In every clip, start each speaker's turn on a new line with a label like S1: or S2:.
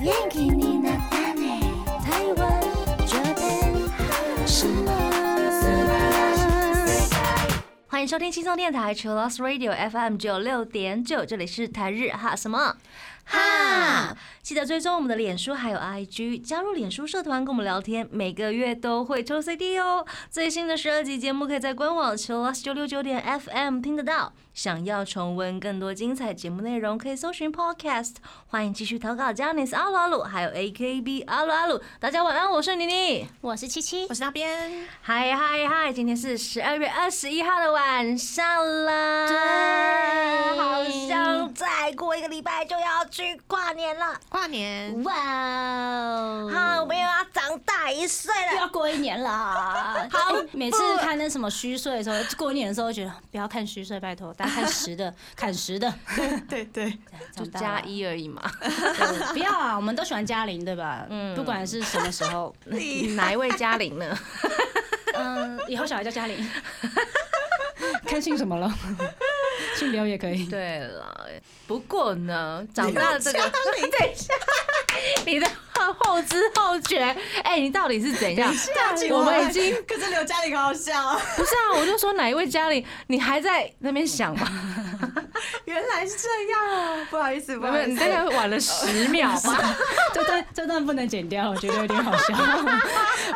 S1: 元気になったね台湾这边什么？
S2: 欢迎收听轻松电台 c h i l l o s Radio FM 九六点九，这里是台日哈什么哈，记得追踪我们的脸书还有 IG，加入脸书社团跟我们聊天，每个月都会抽 CD 哦。最新的十二集节目可以在官网 c h i l l o s 九六九点 FM 听得到。想要重温更多精彩节目内容，可以搜寻 Podcast。欢迎继续投稿 j a n i c e 阿鲁阿鲁，还有 AKB 阿鲁阿鲁。大家晚安，我是妮妮。
S3: 我是七七
S4: 我，是那边，
S2: 嗨嗨嗨！今天是十二月二十一号的晚上啦，对好像再过一个礼拜就要去跨年了。啊
S4: 跨年
S3: 哇哦，
S2: 好，我们又要长大一岁
S3: 又
S2: 了。
S3: 要过一年啦！好，每次看那什么虚岁的时候，过一年的时候，觉得不要看虚岁，拜托，大家看实的，砍实的，
S4: 对对，
S3: 长大
S2: 加
S3: 了
S2: 一而已嘛，
S3: 对不要啊！我们都喜欢嘉玲，对吧？
S2: 嗯
S3: 嗯，不管是什么时候，
S2: 哪一位嘉玲 呢？
S3: 嗯，以后小孩叫嘉玲，看姓什么了，姓刘也可以。
S2: 对了，不过呢，长大的这个，等一下， 你的后知后觉，哎、你到底是怎样？我们已经
S4: 可是刘嘉玲好好笑啊，
S2: 不是啊，我就说哪一位嘉玲，你还在那边想吗？
S4: 原来是这样啊，不好意思，不
S2: 没
S4: 好
S2: 有，
S4: 意
S2: 你
S4: 思
S2: 大，概晚了十秒吧。
S3: 这段这段不能剪掉，我觉得有点好笑。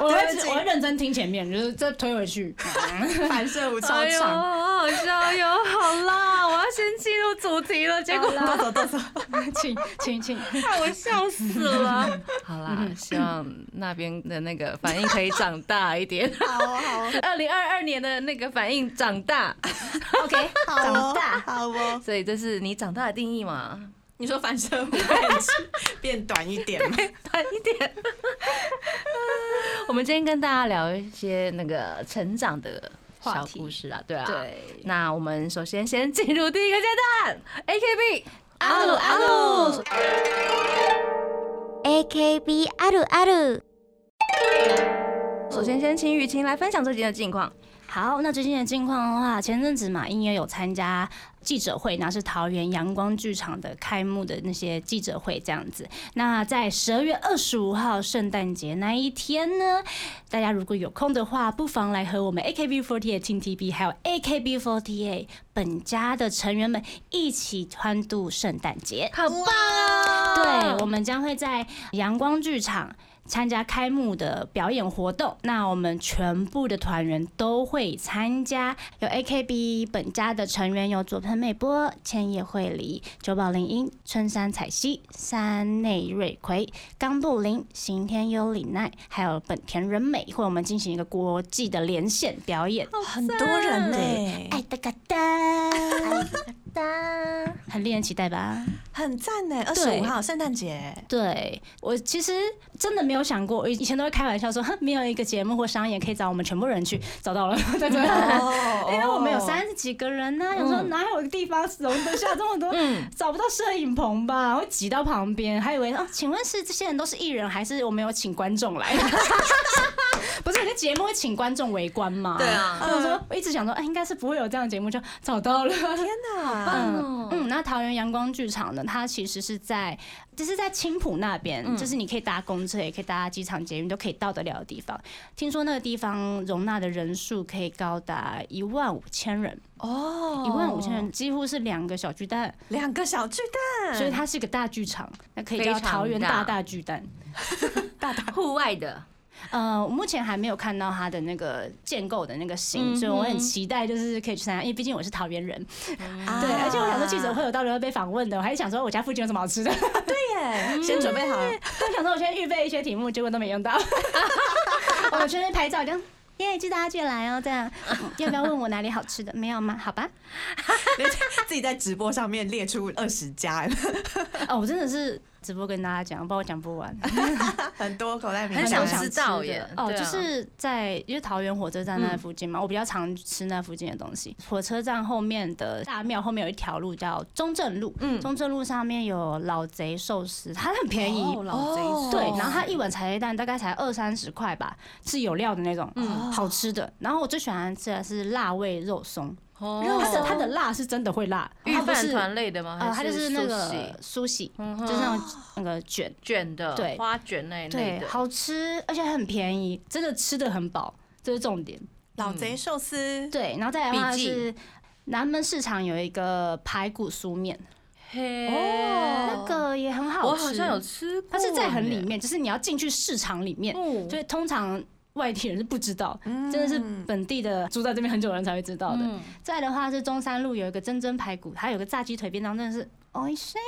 S3: 我
S4: 对不起
S3: 会我会认真听前面，就是再推回去。嗯
S4: 反射弧超
S2: 哎呦，
S4: 长，
S2: 好好笑哟！好啦，我要先进入主题了，结果
S4: 动手动手，
S3: 请请请，
S2: 害我笑死了。 好啦，希望那边的那个反应可以长大一点。
S4: 好哦好哦
S2: 二零二二年的那个反应长 大，
S3: OK，
S4: 好哦，长大好哦，
S2: 所以这是你长大的定义嘛？
S4: 你说反射弧变短 一点吗？
S2: 短一点。 我们今天跟大家聊一些那个成长的
S3: 话
S2: 小
S3: 题
S2: 故事啊，对啊。
S3: 对
S2: 那我们首先先进入第一个阶段，AKB
S3: 阿鲁阿鲁，
S1: AKB あるある
S2: 首先，先请雨晴来分享最近的近况。
S3: 好，那最近的近况的话，前阵子马英也有参加记者会，那是桃园阳光剧场的开幕的那些记者会这样子。那在十二月二十五号圣诞节那一天呢，大家如果有空的话，不妨来和我们 AKB48 Team TB 还有 AKB48 本家的成员们一起欢度圣诞节。
S2: 好棒哦！
S3: 对，我们将会在阳光剧场参加开幕的表演活动。那我们全部的团员都会参加，有 AKB 本家的成员有佐藤美波、千叶惠里、久保玲英、春山彩希、山内瑞葵、冈布林、刑天优里奈，还有本田仁美，会我们进行一个国际的连线表演。
S4: 很多人
S3: 对
S4: 呢，哎
S3: 爱的嘎哒，
S1: だ
S3: 很令人期待吧？
S4: 很赞呢，二十
S3: 对
S4: 五号圣诞节，
S3: 对我其实真的没有想过，我以前都会开玩笑说，哼，没有一个节目或商演可以找我们全部人去，找到了，对不 对？
S4: 哦
S3: 因为哎我们有三十几个人呢、有时候哪有个地方容得下这么多？
S2: 嗯
S3: 找不到摄影棚吧，会挤到旁边，还以为哦，请问是这些人都是艺人，还是我们有请观众来？ 不是有些节目会请观众围观吗？
S2: 对。啊，
S3: 我说，我一直想说，哎、应该是不会有这样的节目，就找到了。
S4: 天哪，
S2: 棒哦
S3: 嗯嗯，那桃园阳光剧场呢？它其实是在，就是在青浦那边，
S2: 嗯
S3: 就是你可以搭公车，也可以搭机场捷运，都可以到得了的地方。听说那个地方容纳的人数可以高达一万五千人，
S4: 哦
S3: 一万五千人几乎是两个小巨蛋，
S4: 两个小巨蛋，
S3: 所以它是一个大剧场，那可以
S2: 嗯非
S3: 叫
S2: 常
S3: 桃园
S2: 大
S3: 大大巨蛋。嗯
S2: 户外的，
S3: 呃，我目前还没有看到它的那个建构的那个型，
S2: 嗯
S3: 所以我很期待，就是可以去参加，因为毕竟我是桃园人，
S2: 啊
S3: 对，而且我想说记者会有到底会被访问的，我还想说我家附近有什么好吃的。
S4: 耶，
S3: 嗯
S4: 先准备好，
S3: 我想说我先预备一些题目，结果都没用 到。我们去那边拍照，这样。 耶！记得大家记得来哦，这样、嗯 要不要问我哪里好吃的？没有吗？好吧。
S4: 自己在直播上面列出二十家，
S3: 哦，我真的是直播跟大家讲，不然我讲不完。
S4: 很多口袋名
S2: 很
S4: 单
S2: 想
S3: 多
S2: 吃到
S3: 吃的
S2: 耶
S3: 哦，
S2: 对啊
S3: 就是在因为桃园火车站那附近嘛，我比较常吃那附近的东西。火车站后面的大庙后面有一条路叫中正路，
S2: 嗯
S3: 中正路上面有老贼寿司，它很便宜，
S2: 哦老
S4: 哦
S2: 贼
S3: 对，然后它一碗茶叶蛋大概才二三
S2: 嗯
S3: 十哦
S4: 哦
S3: 块吧，是有料的那种，好吃的。然后我最喜欢吃的是辣味肉松，
S2: 哦
S5: 哦
S3: 它的它的辣是真的会辣，
S5: 预
S3: 它不
S5: 饭
S3: 是
S5: 团类的吗？
S3: 呃，它
S5: 还
S3: 就是那
S5: 寿
S3: 个
S5: 喜
S3: 苏喜，
S5: 嗯哼
S3: 就是那种那个卷，
S5: 卷的，
S3: 对
S5: 花卷那一类
S3: 对，
S5: 的。
S3: 好吃，而且很便宜，真的吃的很饱，这是重点。
S4: 老贼寿司，
S3: 对，然后再来的话
S5: 笔记
S3: 是南门市场有一个排骨酥面，
S5: 嘿，
S3: 哦那个也很好吃，
S5: 哦我好像有吃过，欸
S3: 它是在很里。面，就是你要进去市场里面，
S5: 哦，
S3: 所以通常外地人是不知道，嗯
S4: 嗯
S3: 真的是本地的住在这边很久的人才会知道的。
S5: 嗯
S3: 再来的话是中山路有一个珍珍排骨，还有个炸鸡腿便当，真的是哦一塞，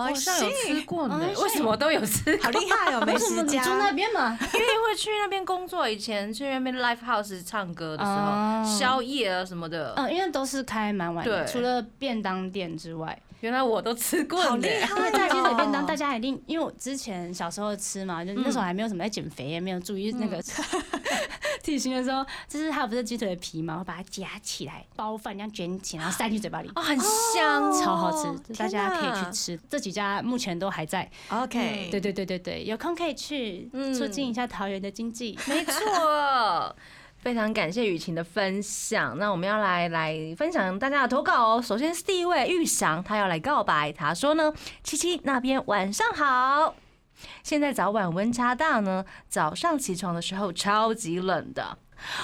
S5: 我好像有吃过呢
S3: 哦，是
S5: 为什么都有 吃？
S4: 好厉害哦，美
S3: 为什么
S4: 食
S3: 你住那
S4: 家。
S3: 边嘛？
S5: 因为会去那边工作，以前去那边 live house 唱歌的时候，
S3: 哦
S5: 宵夜啊什么的，
S3: 嗯，因为都是开蛮晚的，
S5: 对
S3: 除了便当店之 外，
S5: 原来我都吃过
S4: 好
S5: 呢
S4: 厉。害
S3: 因为炸鸡腿便
S4: 哦
S3: 当大家一定，因为我之前小时候吃嘛，就
S5: 嗯
S3: 那时候还没有什么在减肥，也没有注意那个 体型的时候，就是它不是鸡腿的皮嘛，我把它夹起来，包饭这样卷起来，然后塞进嘴巴里。
S5: 哦，很香，
S3: 超好吃，大家可以
S5: 天哪
S3: 去吃。这几家目前都还在，
S4: OK，
S3: 对对对对对，有空可以去
S5: 嗯
S3: 促进一下桃园的经济。
S5: 没错。
S2: 非常感谢雨晴的分享，那我们要来来分享大家的投稿哦。首先是第一位玉祥，他要来告白，他说呢，七七那边晚上好。现在早晚温差大呢，早上起床的时候超级冷的。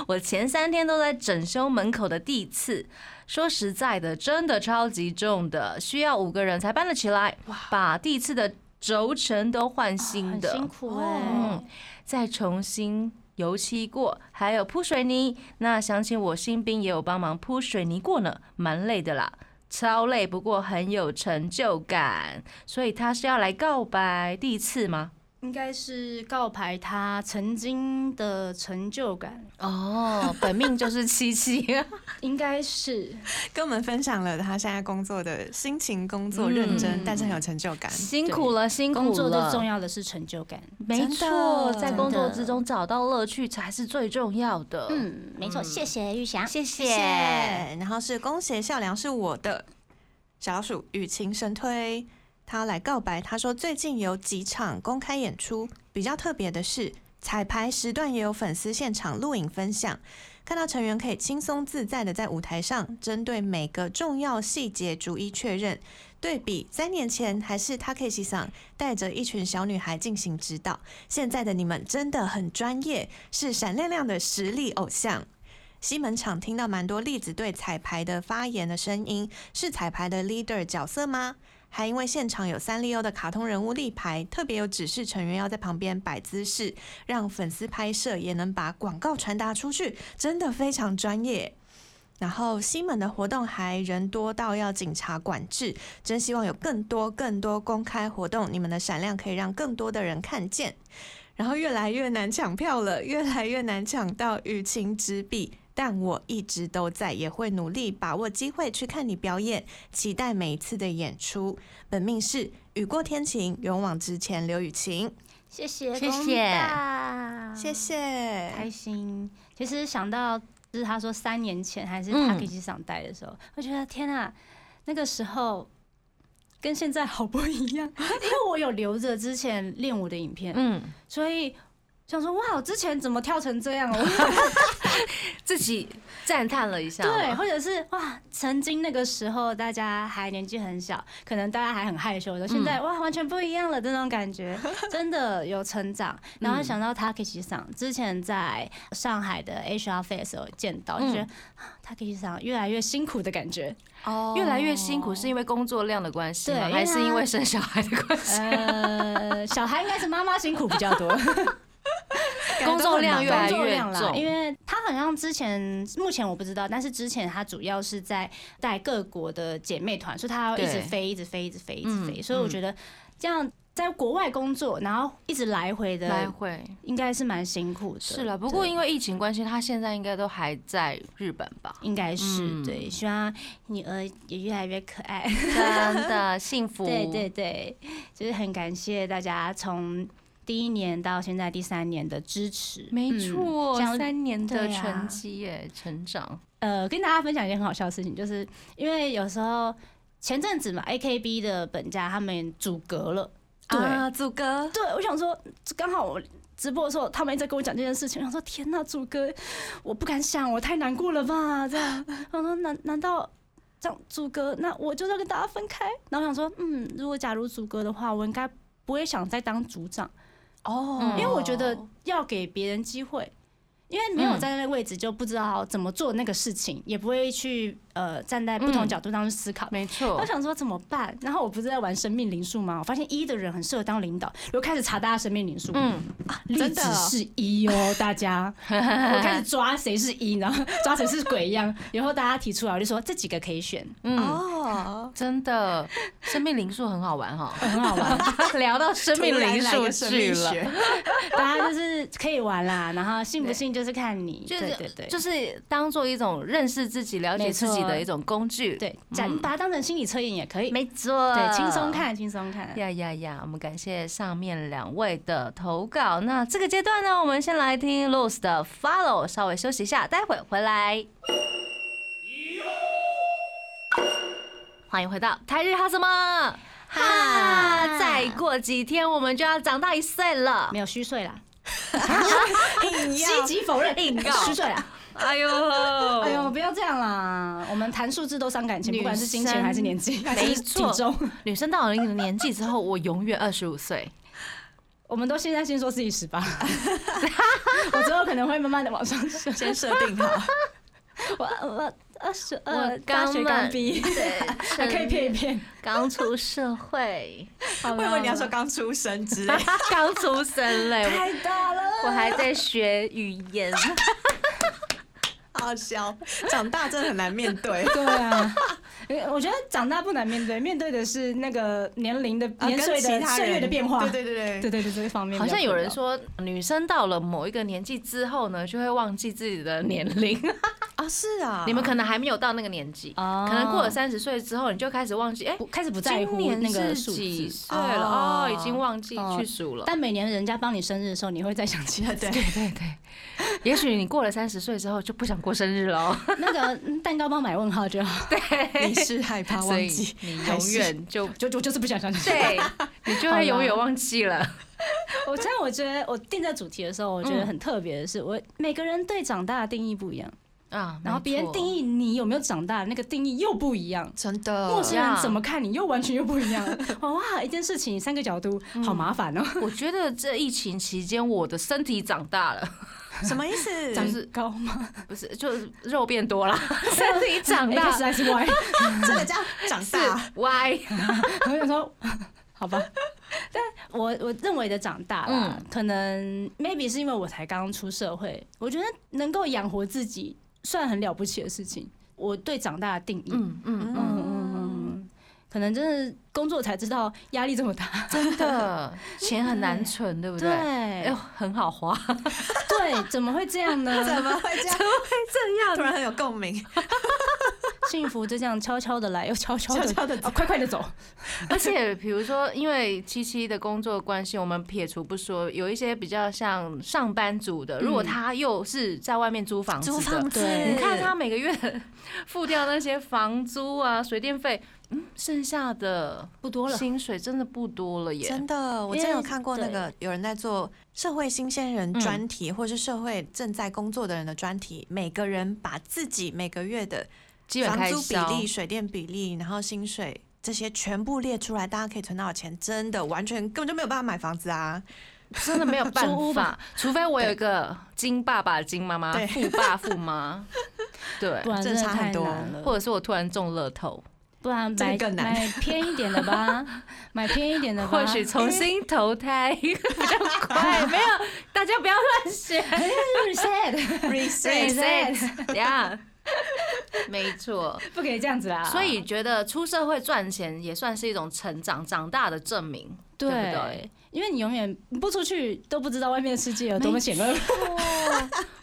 S2: 我前三天都在整修门口的地刺，说实在的，真的超级重的，需要五个人才搬得起来，把地刺的轴承都换新
S3: 很
S2: 的，
S3: 辛苦哎、
S2: 嗯，再重新油漆过，还有铺水泥。那想起我新兵也有帮忙铺水泥过呢，蛮累的啦，超累，不过很有成就感。所以他是要来告白第一次吗？
S3: 应该是告白他曾经的成就感，
S2: 哦，本命就是七 七，
S3: 应该是
S4: 跟我们分享了他现在工作的心情、工作
S2: 嗯
S4: 认真，但是很有成就感。
S2: 辛苦了，辛苦了。
S3: 工作最重要的是成就感。
S2: 没错，
S4: 真的
S2: 在工作之中找到乐趣才是最重要的。
S1: 음,
S3: 嗯，
S1: 네,
S3: 没错，谢谢玉祥。
S2: 谢
S4: 谢谢
S2: 谢。。
S4: 然后是恭喜孝良是我的小老鼠雨晴神推，他来告白，他说最近有几场公开演出，比较特别的是彩排时段也有粉丝现场录影分享，看到成员可以轻松自在的在舞台上，针对每个重要细节逐一确认。对比三年前还是 Takeshi 桑带着一群小女孩进行指导，现在的你们真的很专业，是闪亮亮的实力偶像。西门场听到蛮多栗子对彩排的发言的声音，是彩排的 leader 角色吗？还因为现场有三丽鸥的卡通人物立牌，特别有指示成员要在旁边摆姿势，让粉丝拍摄也能把广告传达出去，真的非常专业。然后西门的活动还人多到要警察管制，真希望有更多更多公开活动，你们的闪亮可以让更多的人看见。然后越来越难抢票了，越来越难抢到雨晴之笔。但我一直都在，也会努力把握机会去看你表演，期待每一次的演出。本命是雨过天晴，勇往直前，刘雨晴。
S3: 谢谢，
S2: 谢谢
S3: 公
S1: 네.
S3: 大
S4: 谢谢，
S3: 开心。其实想到就是他说三年前还是他可以去上带的时候，我觉得天啊，那个时候跟现在好不一样，因为我有留着之前练舞的影片，
S2: 嗯，
S3: 所以想说哇，我之前怎么跳成这样哦？
S2: 自己赞叹了一下。
S3: 对，，或者是哇，曾经那个时候大家还年纪很小，可能大家还很害羞的，现在、哇完全不一样了，这种感觉真的有成长。然后想到 Takeshi 上之前在上海的 HR Fest 有见到，就觉得、啊 Takeshi 上越来越辛苦的感觉。
S4: 哦
S2: 越来越辛苦是因为工作量的关系吗，
S3: 对
S2: 还是因
S3: 因为
S2: 为
S3: 他
S2: 生小孩的关系？
S3: 呃，小孩应该是妈妈辛苦比较多。
S2: 工作量越来
S3: 工作
S2: 越
S3: 量啦，
S2: 重，
S3: 因为他好像之前目前我不知道，但是之前他主要是在带各国的姐妹团，所以他要一直
S2: 对
S3: 飞，一直飞，一直飞，一
S2: 嗯
S3: 直飞。所以我觉得这样在国外工作，然后一直来回
S2: 来
S3: 的，
S2: 回
S3: 应该是蛮辛苦的。
S2: 是了。不过
S3: 对
S2: 因为疫情关系，他现在应该都还在日本
S3: ？
S2: 吧
S3: 应该
S2: 嗯
S3: 是对，希望女儿也越来越可爱。
S2: 真的幸福，
S3: 对对对，就是很感谢大家从第一年到现在第三年的支持。
S2: 没
S3: 嗯
S2: 错，
S3: 像
S2: 三年的
S3: 对啊
S2: 成绩耶，成长。
S3: 呃，跟大家分享一件很好笑的事情，就是因为有时候前阵子嘛，AKB 的本家他们组阁了，对
S4: 啊，祖哥，
S3: 对我想说，刚好我直播的时候，他们一直跟我讲这件事情，我想说天呐，祖哥，我不敢想，我太难过了吧？这样，我说难难道这样祖哥，那我就要跟大家分开？然后我想说，嗯，如果假如祖哥的话，我应该不会想再当组长，
S4: 哦
S3: 因为我觉得要给别人机会。因为没有
S2: 嗯
S3: 在那个位置，就不知道怎么做那个事情，也不会去呃站在不同
S2: 嗯
S3: 角度上去思考。
S2: 没错
S3: 我，想说怎么办？然后我不是在玩生命灵数吗？我发现一的人很适合当领导，我就开始查大家生命灵数，嗯，
S2: 嗯，
S3: 例
S4: 真
S3: 子
S4: 的哦
S3: 是一哦，大家，我开始抓谁是一，然后抓谁是鬼一样，然后大家提出来，我就说这几个可以选，
S2: 嗯，
S4: 哦，
S2: 真的，生命灵数很好玩哈，
S3: 哦很好玩，
S2: 聊到生命灵数去了，
S3: 大家就是可以玩啦，然后信不信就是看你，
S2: 就
S3: 对对
S2: 是
S3: 对，
S2: 就是当做一种认识自己、了解自己的一种工具，
S3: 对，假
S2: 嗯
S3: 你把它当成心理测验也可以，
S6: 没错，
S3: 对，轻松。看，轻松看。
S2: 呀呀呀！我们感谢上面两位的投稿。那这个阶段呢，我们先来听 Lose 的 Follow，稍微休息一下，待会回来。欢迎回到台日哈什么哈！
S6: 哈
S2: 再过几天我们就要长大一岁了。
S3: 没有虚岁 啦，
S4: 硬
S3: 啊积极否认，
S2: 硬告
S3: 虚岁啦。
S2: 哎呦，
S3: 哎呦，不要这样啦！我们谈数字都伤感情，
S2: 女
S3: 不管是金钱还是年纪，还
S2: 没
S3: 是体
S2: 错
S3: 重，
S2: 女生到了一定的年纪之后，我永远二十五岁。
S3: 我们都现在先说自己十 八，我之后可能会慢慢的往上升。
S4: 先设定好，
S3: 我我二十
S6: 我
S3: 二，呃大学
S6: 刚
S3: 刚
S6: 满
S3: 毕业，嗯 还可以骗一骗。
S6: 刚出社 会，
S3: 好
S4: 我以
S3: 啦
S4: 为你要说刚出生之类。
S6: 刚出生嘞，我
S3: 太大 了，。
S6: 我还在学语言。
S4: 好笑，长大真的很难面对
S3: 对 啊。呃我觉得长大不难面对，面对的是那个年龄的
S4: 啊
S3: 年岁
S4: 跟
S3: 的
S4: 其他人
S3: 岁月的变化。
S4: 对对对
S3: 对
S4: 对，
S3: 对对，这方面
S2: 好像
S3: 比较
S2: 有人
S3: 困扰
S2: 说，女生到了某一个年纪之后呢，就会忘记自己的年龄。
S4: 啊是啊，
S2: 你们可能还没有到那个年纪，
S3: 哦
S2: 可能过了三十岁之后，你就开始忘记，哎、
S3: 不开始不在
S2: 今
S3: 乎
S2: 年
S3: 那个
S2: 是
S3: 数
S2: 几
S3: 字，
S2: 岁了？
S4: 哦
S2: 哦，已经忘记
S3: 哦
S2: 去数了。
S3: 但每年人家帮你生日的时候，你会再 想起来。
S4: 对
S2: 对对对，也许你过了三十岁之后就不想过生日 了哦，
S3: 那个嗯蛋糕帮我买问号就好，
S4: 你是害怕
S2: 所
S4: 忘
S2: 以
S4: 记，
S2: 啊你
S4: 还
S2: 永
S4: 是
S2: 远就
S3: 就就就是不想 想。
S2: 对，你就会永远
S3: 好啦
S2: 忘记了。
S3: 我真的我觉得我定这主题的时候，我
S2: 嗯
S3: 觉得很特别的是，我每个人对长大的定义不一样，
S2: 啊，
S3: 然后别人定
S2: 义
S3: 义你有没有长大，那个定义又不一样。
S4: 真的
S3: 陌生人
S2: 呀
S3: 怎么看你又完全又不 一样，哇！一件事情三个角度，
S2: 嗯
S3: 好麻烦哦。
S2: 我觉得这疫情期间我的身体长大了，
S4: 什么意思？
S2: 长
S3: 是高吗？
S2: 不是就是肉变多 了，身体长
S3: X
S2: 大
S3: 还是 Y？
S4: 这个叫长
S2: 是
S4: 大，
S2: 歪，
S3: 我想说，好吧。 但我我认为的长大啦，可能 maybe 是因为我才刚出社会，我觉得能够养活自己算很了不起的事情。我对长大的定义，嗯
S2: 嗯嗯。嗯
S3: 嗯嗯嗯，可能真的工作才知道压力这么大。
S2: 真的，钱很难存，对不对？哎呦，
S3: 对
S2: 很好花，
S3: 对，怎么会这样 呢？
S4: 怎么会这样？啊
S2: 这
S4: 突然很有共鸣，
S3: 幸福就这样悄悄的来，又悄悄
S4: 悄
S3: 的，
S4: 悄的
S3: 哦，快快的走。
S2: 而且比如说，因为七七的工作关系，我们撇除不说，有一些比较像上班族的，如果他又是在外面嗯租房子的，
S3: 子
S2: 你看他每个月 付掉那些房租啊、水电费，嗯，剩下的
S3: 不多了，
S2: 薪水真的不多了耶。
S4: 真的，我之前有看过那
S3: 因
S4: 个有人在做社会新鲜人专题，或是社会正在工作的人的专题，每个人把自己每个月的
S2: 基本
S4: 房
S2: 开
S4: 租比
S2: 销
S4: 例、水电比例，然后薪水这些全部列出来，大家可以存到的钱，真的完全根本就没有办法买房子 啊！
S2: 真的没有办
S3: 租屋
S2: 法，除非我有一个金爸爸、金妈妈、
S4: 对
S2: 富爸、富 妈，对
S3: 不，然真的
S4: 这差很
S3: 太
S4: 多
S3: 难了。
S2: 或者是我突然中乐透。
S3: 不然
S4: 这个
S3: 买
S4: 更难
S3: 买偏一点的吧，买偏一点的吧。
S2: 或许重新投 胎比较快，哎没有，大家不要乱学。
S3: 哎 reset，Reset
S2: 等一下， 没错。
S3: 不可以这样子啊啦。
S2: 所以觉得出社会赚钱也算是一种成长、长大的证明，对
S3: 对
S2: 不对？
S3: 因为你永远不出去，都不知道外面的世界有多么险恶。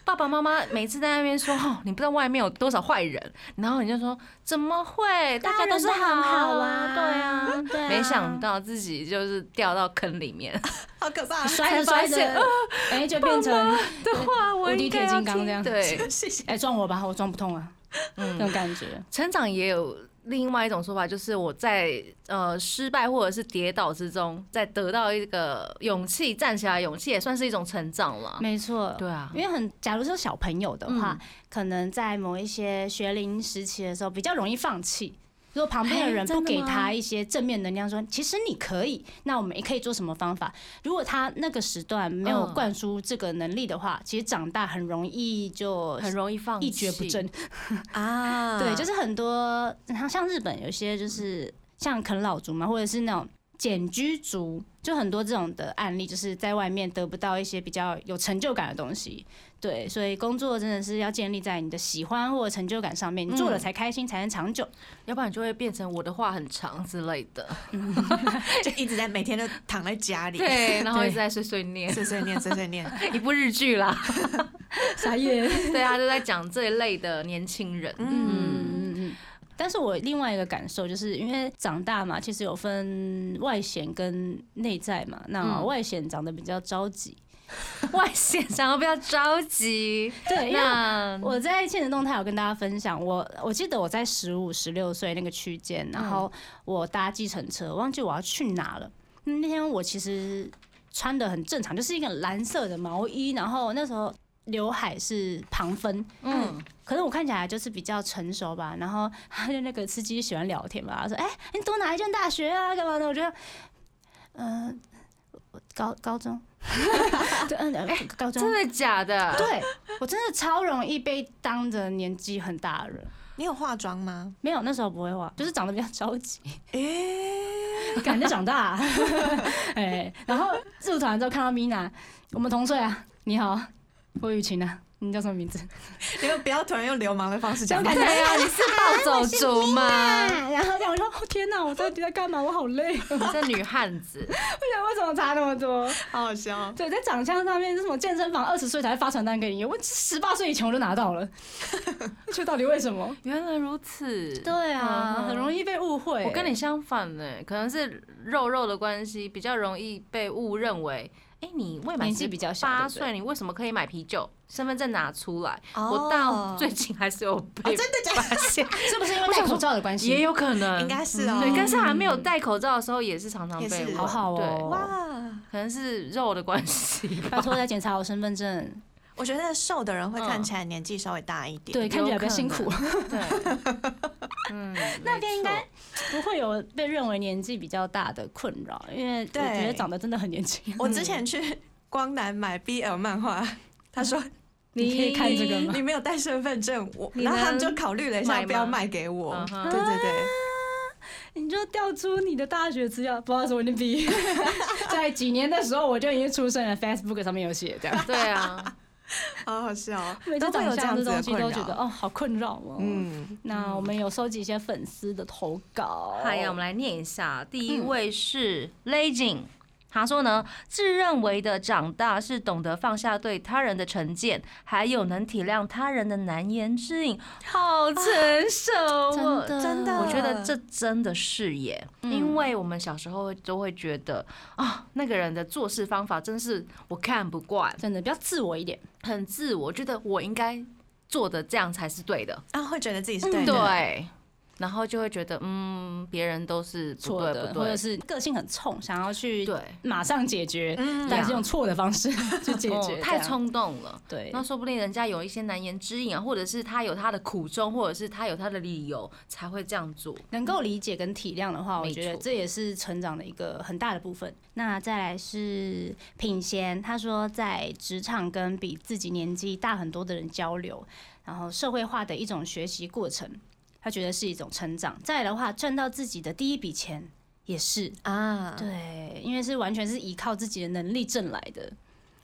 S2: 爸爸妈妈每次在那边说：“哦，你不知道外面有多少坏人。”然后你就说：“怎么会？大家都是
S3: 大人都很好
S2: 啊，
S3: 啊
S2: 对啊。”
S3: 对啊
S2: 没想到自己就是掉到坑里面。
S4: 好可
S2: 啊
S4: 怕！
S3: 摔着
S2: 才发
S3: 摔着
S2: 现，
S3: 哎、就变成
S2: 啊的话，我
S3: 无敌
S2: 应该
S3: 铁
S2: 要
S3: 金刚
S2: 听
S3: 这样
S2: 对，
S4: 谢谢。
S3: 哎、撞我吧，我撞不痛啊，那
S2: 嗯，
S3: 种感觉。
S2: 成长也有另外一种说法就是我在呃失败或者是跌倒之中，再得到一个勇气站起来，勇气也算是一种成长了。
S3: 没错，
S2: 对啊，
S3: 因为很，假如说小朋友的话，可能在某一些学龄时期的时候比较容易放弃。如果旁边的
S6: 哎
S3: 人不
S6: 真的
S3: 给
S6: 吗
S3: 他一些正面能量，说其实你可以，那我们也可以做什么方法？如果他那个时段没有
S2: 嗯
S3: 灌输这个能力的话，其实长大很容易就
S2: 很容易放弃，
S3: 一蹶不振。
S4: 啊，
S3: 对，就是很多，像像日本有些就是像啃老族嘛，或者是那种简居族，就很多这种的案例，就是在外面得不到一些比较有成就感的东西。对，所以工作真的是要建立在你的喜欢或者成就感上面，你做了才开心，才能长久。
S2: 要不然就会变成我的话很长之类 的。
S4: 就一直在每天都躺在家里，
S2: 对，然后一直在碎碎念，
S4: 碎碎念碎碎念。
S2: 一部日剧 啦。
S3: 啥耶？
S2: 对啊，就在讲这一类的年轻人。
S3: 嗯嗯嗯。但是我另外一个感受，就是因为长大嘛，其实有分外显跟内在嘛。那
S2: 嗯
S3: 外显长得比较着急，
S2: 外显想要不要着急？
S3: 对，因为
S2: 那
S3: 我在现实动态有跟大家分享，我我记得我在十五、十六岁那个区间，然后我搭计程车，忘记我要去哪了。嗯那天我其实穿的很正常，就是一个蓝色的毛衣，然后那时候刘海是旁分，
S2: 嗯，
S3: 可是我看起来就是比较成熟吧，然后他就那个司机喜欢聊天嘛，他说：“哎、你读哪一间大学啊？干嘛的？”我觉得，嗯、我高高中， 对，嗯、高中，
S2: 真的假的？
S3: 对我真的超容易被当着年纪很大的人。
S4: 你有化妆吗？
S3: 没有，那时候不会画，就是长得比较着急。哎，赶着长大、 哎、然后入团之后看到 Mina，我们同岁啊，你好，郭雨晴啊，你叫什么名字？
S4: 因为不要突然用流氓的方式讲
S3: 这
S4: 话
S3: 样
S2: 对
S3: 感 觉
S2: 啊，你是暴走族吗？
S3: 啊然后这样我就说，哦天哪，我到底在干嘛？我好累， 我
S2: 这女汉子，
S3: 想为什么差那么多？
S4: 好好笑。
S3: 对，在长相上面，这种健身房二十岁才会发传单给你，我十八岁以前我就拿到了， 这到底为什么？
S2: 原来如此。
S3: 对
S2: 嗯
S3: 啊，
S2: 哼
S3: 很容易被误会、
S2: 我跟你相反呢、可能是肉肉的关系，比较容易被误认为，哎、你未满
S3: 年纪比较小
S2: 八
S3: 对不对
S2: 岁，你为什么可以买啤酒？身份证拿出来，
S4: 哦
S2: 我到最近还是有被
S4: 真的假的
S2: 发现，
S3: 是不是因为戴口罩的关系？
S2: 也有可能，
S4: 应该是哦。
S2: 对，但嗯是还没有戴口罩的时候，也是常常
S4: 也
S2: 被
S4: 是
S2: 问
S3: 好好
S2: 对，
S3: 哦，
S4: 哇，
S2: 可能是肉的关系吧，
S3: 拜托再检查我身份证，
S4: 我觉得瘦的人会
S2: 嗯
S4: 看起来年纪稍微大一点。
S3: 对，看起来比较辛苦
S2: 有，对， 嗯，
S3: 那边应该
S2: 没错
S3: 不会有被认为年纪比较大的困扰，因为我
S4: 对
S3: 觉得长得真的很年轻。
S4: 我之前去光南买 BL 漫画，他说
S3: 你可以看这个吗
S4: 你没有带身份证，我
S2: 你
S4: 然后他们
S2: 能
S4: 就考虑了一
S2: 买
S4: 下，
S2: 吗
S4: 不要卖给我
S2: 嗯。哼
S4: 对对对，
S3: 你就调出你的大学资料，不好意思，我已经毕业， 在几年的时候我就已经出生了，Facebook 上面有写这样。
S2: 对啊，
S4: 好好笑哦，
S3: 每
S4: 都
S3: 次
S4: 会
S3: 长
S4: 有这
S3: 相
S4: 样
S3: 的
S4: 子
S3: 东
S4: 的
S3: 西都
S4: 困
S3: 觉得
S4: 扰。
S3: 哦，好困扰哦。嗯，
S4: 嗯，
S3: 那我们有收集一些粉丝的投稿，
S2: 嗨呀，我们来念一下，第一位是
S3: 嗯
S2: Legend。他说呢，自认为的长大是懂得放下对他人的成见，还有能体谅他人的难言之隐，好成熟哦！
S3: 啊真的嗯
S4: 真的，
S2: 我觉得这真的是耶，因为我们小时候都会觉得啊，那个人的做事方法真是我看不惯，
S3: 真的比较自我一点，
S2: 很自我，觉得我应该做的这样才是对的，
S4: 啊会觉得自己是对的，
S2: 对，然后就会觉得嗯，别人都是不
S3: 错
S2: 对
S3: 的，
S2: 不
S3: 或者
S2: 对，
S3: 是个性很冲，想要去
S2: 对。
S3: 马上解决，
S4: 嗯
S3: 但是用错的方 式去解
S2: 哦
S3: 决，
S2: 太
S3: 这样
S2: 冲动了。
S3: 对
S2: 那，说不定人家有一些难言之隐啊，或者是他有他的苦衷，或者是他有他的理由才会这样做。
S3: 能够理解跟体谅的话，我
S2: 没
S3: 觉得
S2: 错
S3: 这也是成长的一个很大的部分。那再来是品贤，他说在职场跟比自己年纪大很多的人交流，然后社会化的一种学习过程，他觉得是一种成长。再来的话，赚到自己的第一笔钱也是
S4: 啊，
S3: 对，因为是完全是依靠自己的能力挣来的。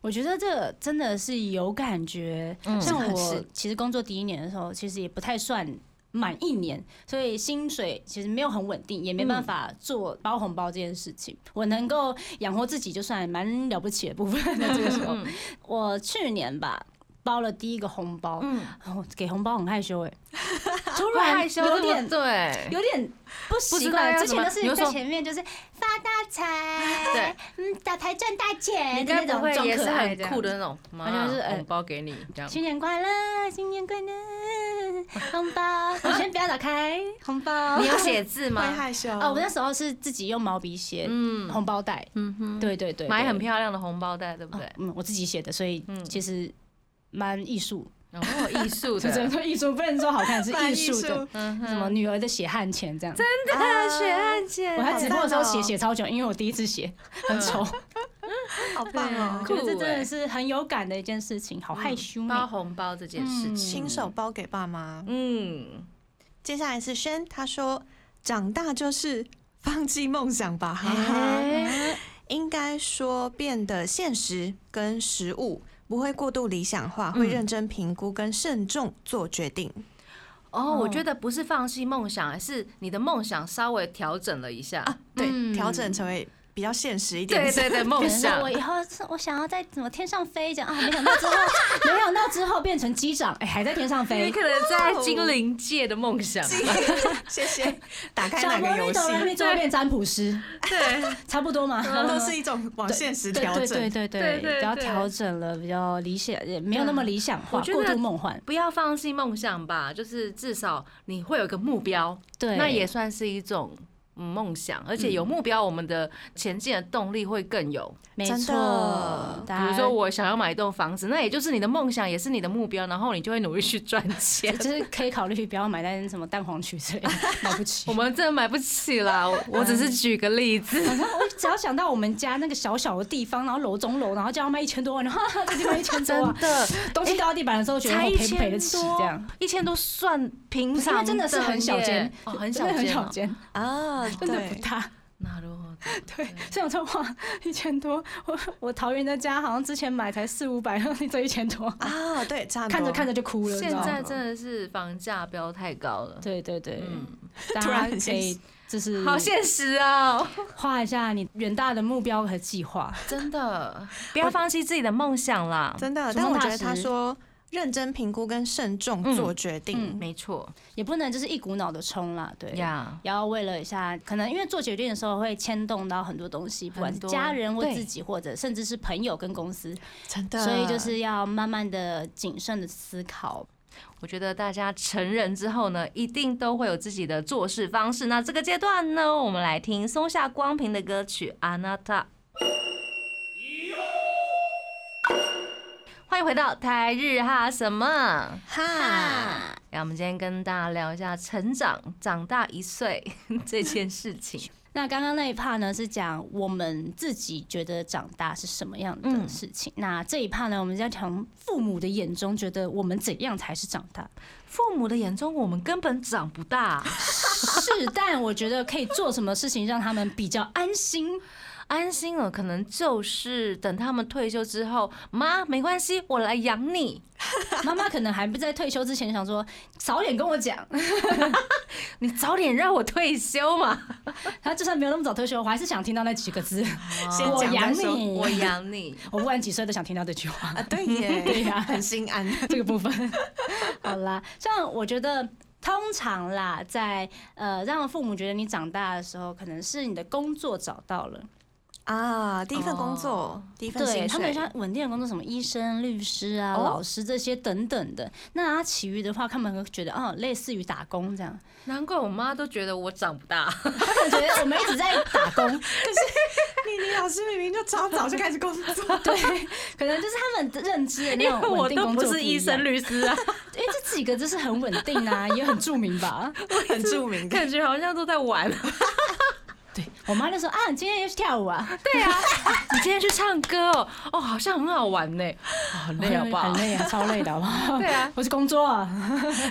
S3: 我觉得这真的是有感觉，
S2: 嗯
S3: 像
S4: 是很
S3: 我
S4: 是
S3: 其实工作第一年的时候，其实也不太算满一年，所以薪水其实没有很稳定，也没办
S2: 嗯
S3: 法做包红包这件事情。我能够养活自己，就算蛮了不起的部分 了。这个时候，
S2: 嗯
S3: 我去年吧。包了第一个红包，嗯，我给红包很害羞哎、 突
S2: 会
S3: 然
S2: 害羞
S3: 有
S2: 这么
S3: 点哎
S2: 对，
S3: 有点不习
S2: 不知道
S3: 惯，
S2: 要
S3: 之
S2: 怎
S3: 前
S2: 么
S3: 都是
S2: 比如
S3: 在
S2: 说
S3: 前面就是发大财
S2: 对，
S3: 嗯，打牌赚大钱
S2: 应
S3: 的
S2: 该
S3: 那
S2: 不
S3: 种
S2: 会
S3: 装
S2: 也
S3: 可
S2: 是
S3: 爱
S2: 很
S3: 这样
S2: 酷的那种，妈
S3: 而且是呃
S2: 红包给你这样。
S3: 新年快乐，新年快乐，红包，你先不要打开红包。
S2: 你有写字
S4: 会
S2: 吗？
S4: 害羞
S3: 哦，我那时候是自己用毛笔写
S2: 嗯
S3: 红包袋，
S2: 嗯哼，
S3: 对对对，
S2: 买
S3: 对
S2: 很漂亮的红包袋，对不对
S3: 哦？嗯，我自己写的，所以
S2: 嗯
S3: 其实蛮艺术，
S2: 哦，艺 术
S3: 就只能
S2: 的，
S3: 说艺术，不能说好看，是
S4: 蛮
S3: 艺术的。
S2: 嗯哼
S3: 什么女儿的血汗钱这样，
S4: 真 的
S2: 血汗钱，
S3: 我还直播的时候
S4: 好赞
S3: 写
S4: 哦
S3: 写超久，因为我第一次写很丑，
S4: 好棒哦
S2: 对！
S3: 觉得这
S2: 酷
S3: 真
S2: 欸
S3: 的是很有感的一件事情，好害羞
S2: 包
S3: 呢。
S2: 红包这件事情，
S4: 亲手包给爸妈。
S2: 嗯，
S4: 接下来是轩，他说：“长大就是放弃梦想吧，
S3: 嗯啊
S4: 哈哈。
S2: 哎，
S4: 应该说变得现实跟实务，不会过度理想化，
S3: 嗯
S4: 会认真评估跟慎重做决定。
S2: 哦，我觉得不是放弃梦想，是你的梦想稍微调整了一下，
S4: 啊
S3: 嗯
S4: 对，调整成为比较现实一点。
S2: 啊对对对，
S3: 可
S2: 梦
S3: 是
S2: 想
S3: 我，以后是我想要在怎么天上飞这样啊，没想到之后，没想到之后变成机长，哎，还在天上
S2: 你
S3: 飞
S2: 可。能在精灵界的梦想，
S4: 谢谢。打开
S3: 小
S4: 哪
S3: 魔
S4: 个
S3: 女
S4: 游
S3: 哆来咪
S4: 戏，
S3: 最后变占卜师，
S2: 对，
S3: 差不多嘛。
S4: 都是一种往现实
S3: 对
S4: 调
S3: 对对
S4: 整。
S3: 对啊
S2: 对对
S3: 比较
S2: 对
S3: 调整了，比较理想，也没有那么理想化，
S2: 我觉得
S3: 过度梦幻。
S2: 不要放弃梦想吧，就是至少你会有一个目标，
S3: 对，
S2: 那也算是一种。嗯，梦想，而且有目标，我们的前进的动力会更有。
S3: 没
S4: 真
S3: 错
S4: 的。
S3: 比
S2: 比如说，我想要买一栋房子，那也就是你的梦想，也是你的目标，然后你就会努力去赚 钱。
S3: 就是可以考虑不要买在什么蛋黄区之类的，买不起
S2: 我。们真的买不起啦，我我只是举个例子。
S3: 然后我只要想到我们家那个小小的地方，然后楼中楼，然后 就要卖一千多万，哈哈，这地方一千多万，
S2: 的，
S3: 东西掉到地板的时候，觉得
S2: 才
S3: 我
S2: 一
S3: 赔不
S2: 千
S3: 赔得起这样？
S2: 一千多算平
S3: 因
S2: 常，
S3: 为真的是很小间，
S2: 哦，很
S3: 真
S2: 小
S3: 的很
S2: 间
S3: 小
S2: 哦。
S3: 间，
S4: 啊，
S3: 真的不
S4: 对，
S3: 大。
S2: 那如何？
S3: 对，所以我说哇，一千多，我我桃园的家好像之前买才四五百，然后你这一千多，
S4: 啊，对，差很多
S3: 看着看着就哭了，你
S2: 现
S3: 知道吗
S2: 在真的是房价标太高了，
S3: 对对对，
S2: 嗯，
S3: 大
S4: 突然
S3: 家
S4: 很
S3: 可
S4: 现
S3: 以就是
S2: 好现实哦，
S3: 画一下你远大的目标和计划。
S2: 真的，不要放弃自己的梦想啦。
S4: 真的。
S3: 逐
S4: 但
S3: 梦
S4: 我觉
S3: 踏
S4: 得他
S3: 实
S4: 说认真评估跟慎重做决定，
S2: 没错
S3: 也不能就是一股脑的冲啦，对。
S2: 呀，
S3: 也要为了一下，可能因为做决定的时候会牵动到很多东西，不管是
S2: 很多
S3: 家人或
S2: 对
S3: 自己，或者甚至是朋友跟公司，
S4: 真的。
S3: 所以就是要慢慢的谨慎的思考。
S2: 我觉得大家成人之后呢，一定都会有自己的做事方式。那这个阶段呢，我们来听松下光平的歌曲《阿娜塔》。欢迎回到台日哈什么？
S4: 哈，
S2: 然后我们今天跟大家聊一下成长，长大一岁 这件事情。
S3: 那刚刚那一 part 呢是讲我们自己觉得长大是什么样的
S2: 嗯
S3: 事情，那这一 part 呢，我们就要从父母的眼中觉得我们怎样才是长大。
S2: 父母的眼中，我们根本长不大，
S3: 是，但我觉得可以做什么事情让他们比较安心。
S2: 安心了，可能就是等他们退休之后，妈，没关系，我来养你。
S3: 妈妈可能还不在退休之前想说，早点跟我讲。
S2: 你早点让我退休嘛！
S3: 他就算没有那么早退休，我还是想听到那几个字。
S4: 先
S3: 我
S4: 讲
S3: 养
S4: 再说
S3: 你，
S2: 我养你。
S3: 我不管几岁都想听到这句话。
S4: 啊，对耶，
S3: 对呀
S4: 很心安。
S3: 这个部分，好啦，像我觉得。通常啦，在呃让父母觉得你长大的时候，可能是你的工作找到了，
S4: 啊，第一份工作，
S2: 哦
S4: 第一份薪
S3: 对
S4: 水，
S3: 他们像稳定的工作，什么医生、律师啊、
S2: 哦
S3: 老师这些等等的。那他其余的话，他们会觉得哦，类似于打工这样，
S2: 难怪我妈都觉得我长不 大，
S3: 他们觉得我们一直在打工，
S4: 丽丽老师明明就超早就开始工作，
S3: 对，可能就是他们的认知的
S2: 因
S3: 那
S2: 为
S3: 种
S2: 我
S3: 稳定
S2: 都
S3: 工
S2: 不
S3: 作
S2: 是
S3: 一
S2: 医生、
S3: 样
S2: 律师 啊，
S3: 因为这几个就是很稳定啊，也很著名吧。
S4: 很著名的。
S2: 感觉好像都在玩。啊
S3: 对我妈就说啊，你今天要去跳舞啊，
S2: 对啊，你今天去唱歌哦，哦，好像很好玩呢，哦很累 好不好
S3: 很？累啊，超累的好不好？
S2: 对啊，
S3: 我是工作啊，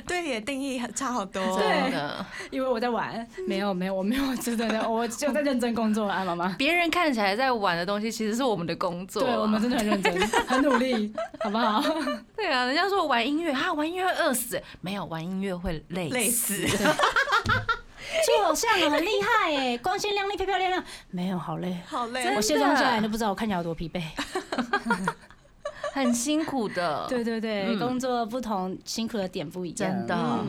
S4: 对耶，定义很差好多。
S2: 哦真的，
S3: 因为我在玩，没有没有，我没有真的的，我就在认真工 作啊，妈妈。
S2: 别人看起来在玩的东西，其实是我们的工作啊。
S3: 对我们真的很认 真，很努力，好不好？
S2: 对啊，人家说玩音乐啊，玩音乐会饿死，没有玩音乐会累
S4: 累
S2: 死。
S4: 死，
S3: 就像我很厉害耶，光鲜亮丽、漂漂亮亮，没有好累。
S4: 好
S3: 我
S4: 累。哦
S3: 卸妆下来你都不知道我看起来有多疲惫。
S2: 很辛苦的，
S3: 对对对，
S2: 嗯
S3: 工作不同，辛苦的点不一样。
S2: 真的，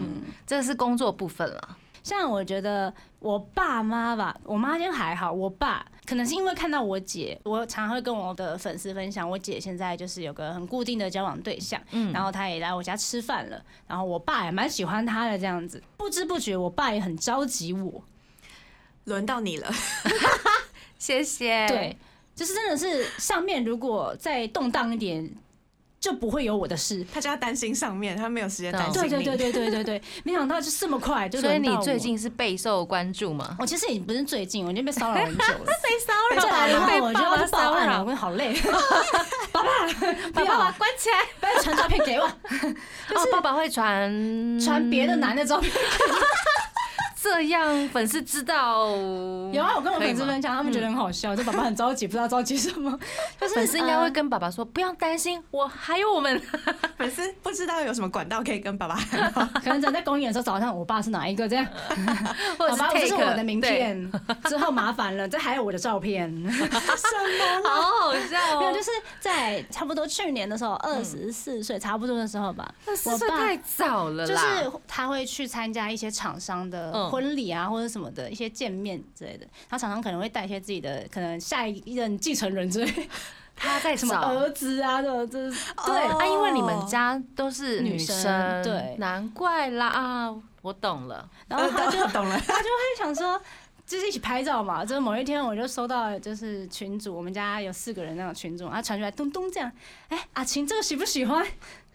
S2: 这是工作部分了。
S3: 像我觉得我爸妈吧，我妈今天还好，我爸可能是因为看到我姐，我常会跟我的粉丝分享，我姐现在就是有个很固定的交往对象，
S2: 嗯
S3: 然后她也来我家吃饭了，然后我爸也蛮喜欢她的这样子，不知不觉我爸也很着急我，
S4: 轮到你了，
S2: 谢谢。
S3: 对，就是真的是上面如果再动荡一点，就不会有我的事。
S4: 他就要担心上面，他没有时间担心
S3: 对对
S4: 你
S3: 对对对对对，没想到就这么快就
S2: 哦所以
S3: 轮到
S2: 你
S3: 我
S2: 最。近是备受关注吗？
S3: 我其实也不是最近，我已经被骚扰很久了。
S2: 被骚
S3: 再来的 话，我就要去报
S2: 哎骚
S3: 案了，哎
S2: 扰
S3: 我，好累。 爸爸，不
S2: 把
S3: 要
S2: 爸爸关起来。
S3: 不要传照片给我，
S2: 哦，爸爸会传
S3: 传别的男的照片。
S2: 这样粉丝知道。
S3: 有啊，我跟我
S2: 可以
S3: 粉丝
S2: 吗
S3: 分享，他们觉得很好笑，就爸爸很着急，不知道着急什么。就是
S2: 粉丝应该会
S3: 呃
S2: 跟爸爸说：“不要担心，我还有我们。
S4: 粉丝不知道有什么管道可以跟爸爸喊话，
S3: 可能在公演的时候找上我爸是哪一个这样。”
S2: 或者
S3: 好吧，这是
S2: take，
S3: 我的名
S2: 对，
S3: 片， 之后麻烦了，这还有我的照片。
S2: 好好笑
S3: 没有，
S2: 哦！
S3: 就是在差不多去年的时候，二十四岁差不多的时候吧，
S2: 那四
S3: 我
S2: 岁
S3: 爸
S2: 太早了
S3: 就
S2: 啦，
S3: 是他会去参加一些厂商的
S2: 嗯
S3: 婚礼啊，或者什么的一些见面之类的。然后厂商可能会带一些自己的可能下一任继承人之类，
S2: 他在
S3: 什么
S2: 早。
S3: 儿子啊的，这
S4: 呃
S2: 对，
S3: 对。
S2: 啊，因为你们
S4: 哦
S2: 家都是
S3: 哦女
S2: 生，
S3: 生对
S2: 难怪啦啊，我懂了。
S3: 然后他就
S4: 呃 懂了。
S3: 他就会想说，就是一起拍照嘛。就是某一天，我就收到就是群主，我们家有四个人那种群主，他传出来咚咚这样，哎、阿晴这个喜不喜欢？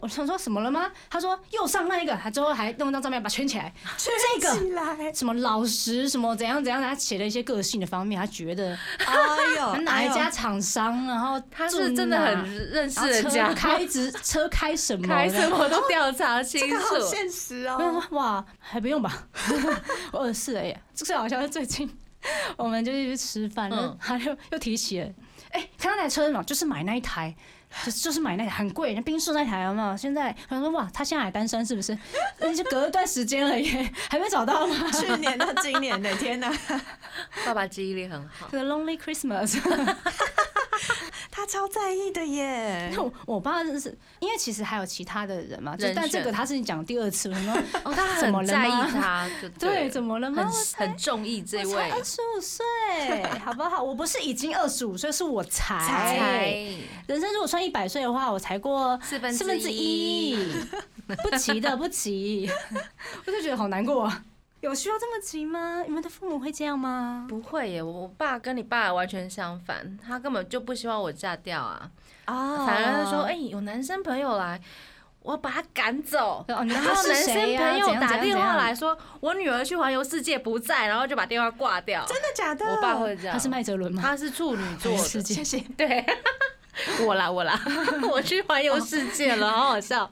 S3: 我想说什么了吗？他说右上那一个，他最后还弄一张照片把它圈起来，这个
S4: 起来，
S3: 什么老实什么怎样怎样，他写了一些个性的方面，他觉得
S4: 哎
S3: 他
S4: 呦，
S3: 哪一
S4: 哎
S3: 家
S4: 呦？
S3: 厂商，然后
S2: 哦他
S3: 住
S2: 是真的
S3: 哪
S2: 很认识人
S3: 啊然
S2: 家，
S3: 后车开哦直 车开什么
S2: 开什
S3: 的。
S2: 么都调查清
S4: 这个好
S2: 楚。
S4: 现实
S3: 我 想
S4: 哦，
S3: 说哇，还不用吧， 我二十四了耶。最好笑是最近 我们就是去吃饭，然后
S2: 嗯
S3: 他就又提起了，哎、看到那台车嘛，就是买那一台，就就是买那台很贵，那冰室那台有没有？现在他说哇，他现在还单身是不是？那就隔一段时间了耶，还没找到吗？
S4: 去年到今年的，天 哪，
S2: 爸爸记忆力很好，
S3: The Lonely Christmas，
S4: 他超在意的耶。
S3: 我我爸就是因为其实还有其他的人嘛，就
S2: 人
S3: 但这
S2: 选
S3: 个他是讲第二次，我说
S2: 哦，他
S3: 怎么
S2: 很
S3: 了
S2: 在意
S3: 吗
S2: 他，就
S3: 对，
S2: 对
S3: 怎么了
S2: 了
S3: 吗？
S2: 很
S3: 我
S2: 很中意这位
S3: 我才二十五岁，好不好？我不是已经二十五岁，是我才。
S2: 哎才
S3: 人生如果算一百岁的话，我才过
S2: 四分
S3: 四分之一， 不急的，不急。 我就觉得好难过、啊，有需要这么急吗？你们的父母会这样吗？
S2: 不会耶，我我爸跟你爸完全相反，他根本就不希望我嫁掉啊，
S3: 哦
S4: 啊
S2: 反而他说，哎、有男生朋友来，我要把他赶走。
S3: 哦，你
S2: 然
S3: 他
S2: 后
S3: 是
S2: 男生
S3: 谁呀
S2: 朋友打电话，来
S3: 怎样怎
S2: 说，
S3: 样怎样
S2: 我女儿去环游世界不在，然后就把电话挂掉。
S4: 真的假的？
S2: 我爸会这样，
S3: 他是麦哲伦
S2: 啊
S3: 吗？
S2: 他是处女座
S3: 世
S2: 的，
S3: 界，
S2: 对。我啦，我啦， 我去环游世界了，好好笑。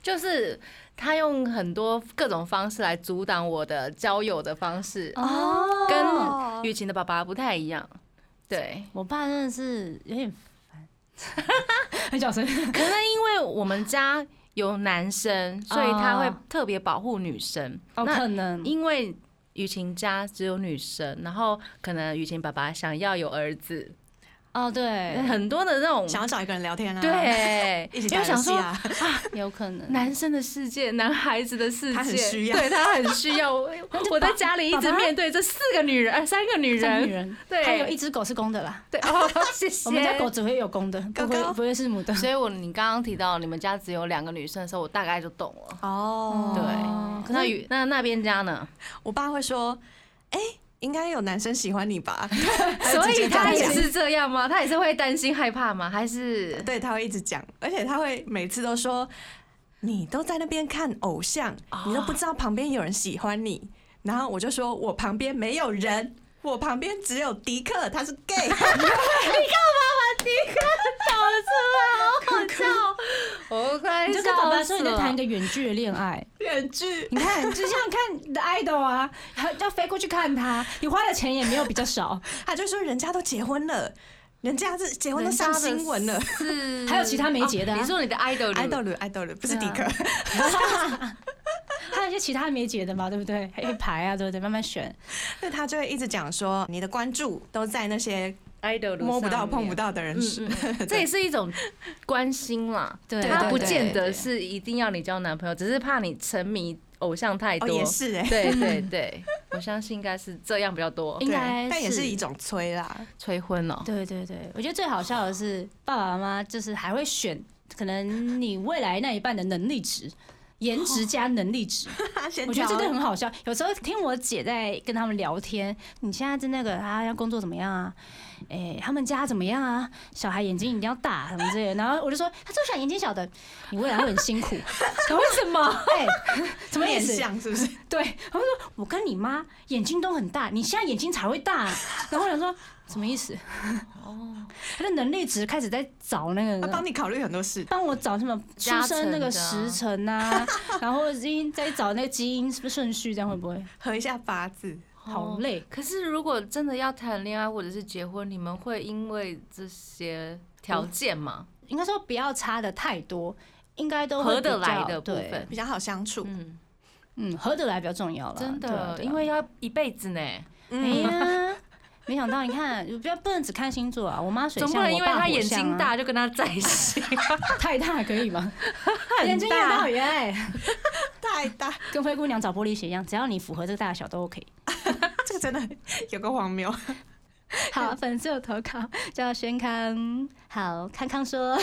S2: 就是他用很多各种方式来阻挡我的交友的方式，
S3: 哦，
S2: 跟雨晴的爸爸不太一样。对，
S3: 我爸真的是有点烦，很小 声。
S2: 可能因为我们家有男生，所以他会特别保护女生。
S3: 哦，
S2: 那
S3: 可能
S2: 因为雨晴家只有女生，然后可能雨晴爸爸想要有儿子，
S3: 哦， 对，
S2: 很多的那种
S4: 想要找一个人聊天啊，，
S2: 对，
S4: 一起
S2: 因
S4: 打
S2: 为
S4: 游
S2: 想
S4: 戏
S2: 说
S4: 啊，
S3: 有可能。
S2: 男生的世界，男孩子的世界，
S4: 他很需要
S2: 对他很需要。 我我在家里一直面对这四个女人，呃，三个女
S3: 三
S2: 人，
S3: 女人，
S2: 对
S3: 还有一只狗是公的啦。
S2: 对哦，谢
S3: 我们家
S2: 谢。
S3: 狗只会有公的，不会
S4: 狗狗
S3: 不会是母的。
S2: 所以我你刚刚提到你们家只有两个女生的时候，我大概就懂了。
S4: 哦
S2: 对
S3: 哦可
S2: 那
S3: 是
S2: 与那那边家呢？
S4: 我爸会说，哎、应该有男生喜欢 你吧？
S2: 所以他
S4: 他
S2: 也
S4: 也是
S2: 是这样吗？他也是会担心害怕吗？还是
S4: 对，他会一直讲，而且他会每次都说，你都在那边看偶像，
S2: 啊
S4: 你都不知道旁边有人喜欢你。然后我就说，我旁边没有人，我旁边只有迪克，他是 gay。
S2: 搞出来，好好笑， 我快
S3: 你就跟爸爸说你在谈一
S2: 个
S3: 个远距的恋爱，
S4: 远距
S3: 你看，就像看你的 idol 啊，还要飞过去看他，你花的钱也没有比较少，
S4: 他就说人家都结婚了，人家是结婚都上新闻了。
S2: 是
S3: 还有其他没结的啊
S2: 哦你说你的 idol
S4: 爱豆
S2: 女
S4: 了，爱豆了，不是迪克
S3: 对，还有一些其他没解的嘛，对不对？黑牌啊，对不对？慢慢选。
S4: 那他就会一直讲说，你的关注都在那些
S2: idol
S4: 摸不到、
S2: 上面
S4: 碰不到的
S3: 嗯
S4: 人哦身。
S2: 这也是一种关心啦。
S3: 对
S2: 他
S4: 对
S2: 不
S4: 对
S2: 见得是一定要你交男朋友，只是怕你沉迷偶像太
S4: 哦，
S2: 多，
S4: 也是哎、
S2: 对对对，我相信应该是这样比较多
S3: 应该
S4: 但也是一种催啦。
S2: 催婚哦。
S3: 对对对，我觉得最好笑的是爸爸妈妈就是还会选可能你未来那一半的能力 值。颜值加能力值，
S4: 先
S3: 我觉得真
S4: 挑
S3: 的很啊好笑。有时候听我姐在跟他们聊天，你现在在那个他要工作怎么样啊？哎、他们家怎么样啊？小孩眼睛一定要大什么之类的。然后我就说，他就想眼睛小的，你未来会很辛苦。为 什么？哎、 什么意
S4: 面
S3: 思？
S4: 相是不是？
S3: 对，他们说我跟你妈眼睛都很大，你现在眼睛才会 大、然后我想说什么意思？哦，他的能力值开始在找那
S4: 他帮
S3: 个。
S4: 你考虑很多事，
S3: 帮我找什么出
S2: 啊加
S3: 生那
S2: 成的
S3: 个
S2: 啊
S3: 时 辰啊，然后基因再找那个基因是不是顺序，这样会不会
S4: 合一下八字。
S2: 哦
S3: 好累？
S2: 可是如果真的要谈恋爱或者是结婚，你们会因为这些条件吗？
S3: 应该说不要差的太多，应该都会
S2: 合得
S3: 比较
S2: 来的部
S3: 对
S2: 分，
S4: 比较好相处，
S2: 嗯，
S3: 嗯，合得来比较重要了，
S2: 真
S3: 对啊
S2: 的，
S3: 对啊
S2: 因为要一辈子呢，
S3: 哎
S4: 嗯，
S3: 呀，没想到你看，不要不能只看星座啊，我妈水
S2: 总不
S3: 象，
S2: 能
S3: 我
S2: 因为
S3: 爸
S2: 他
S3: 火
S2: 眼
S3: 象
S2: 睛
S3: 啊
S2: 大就跟他在一起。啊
S3: 太大可以 吗？眼睛也大，原来
S4: 太大，
S3: 跟灰姑娘找玻璃鞋一样，只要你符合这个大小都 OK。
S4: 这个真的有个荒谬。
S3: 好，粉丝有投稿叫轩康，好康康说，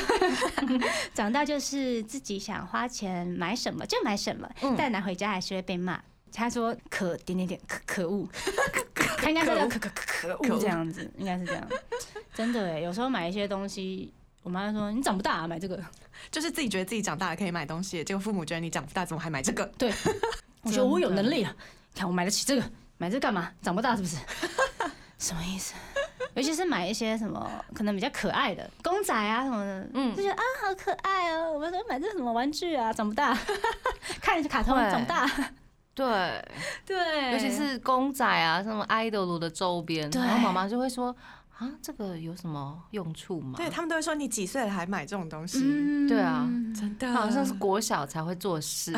S3: 长大就是自己想花钱买什么就买什么，但拿回家还是会被骂。他说可点点点可可 恶，他应该是叫可可可可恶这样子，应该是这样。真的哎，有时候买一些东西，我妈就说你长不大、啊、买这个，
S4: 就是自己觉得自己长大了可以买东西，结果父母觉得你长不大，怎么还买这个？
S3: 我觉得我有能力了，你看我买得起这个，买这干嘛？长不大是不 是？什么意思？ 尤其是买一些什么可能比较可爱的公仔啊什么的，
S2: 嗯
S3: 就觉得啊好可爱哦、我们说买这什么玩具啊，长不大， 看一下卡通
S2: 对
S3: 长不大，
S2: 对，
S3: 对
S2: 尤其是公仔啊，什么 idol 的周边，
S3: 对
S2: 然后妈妈就会说啊，这个有什么用处吗？
S4: 对他们都会说你几岁了还买这种东西，
S3: 嗯
S2: 对啊
S4: 真的
S2: 好像是国小才会做事，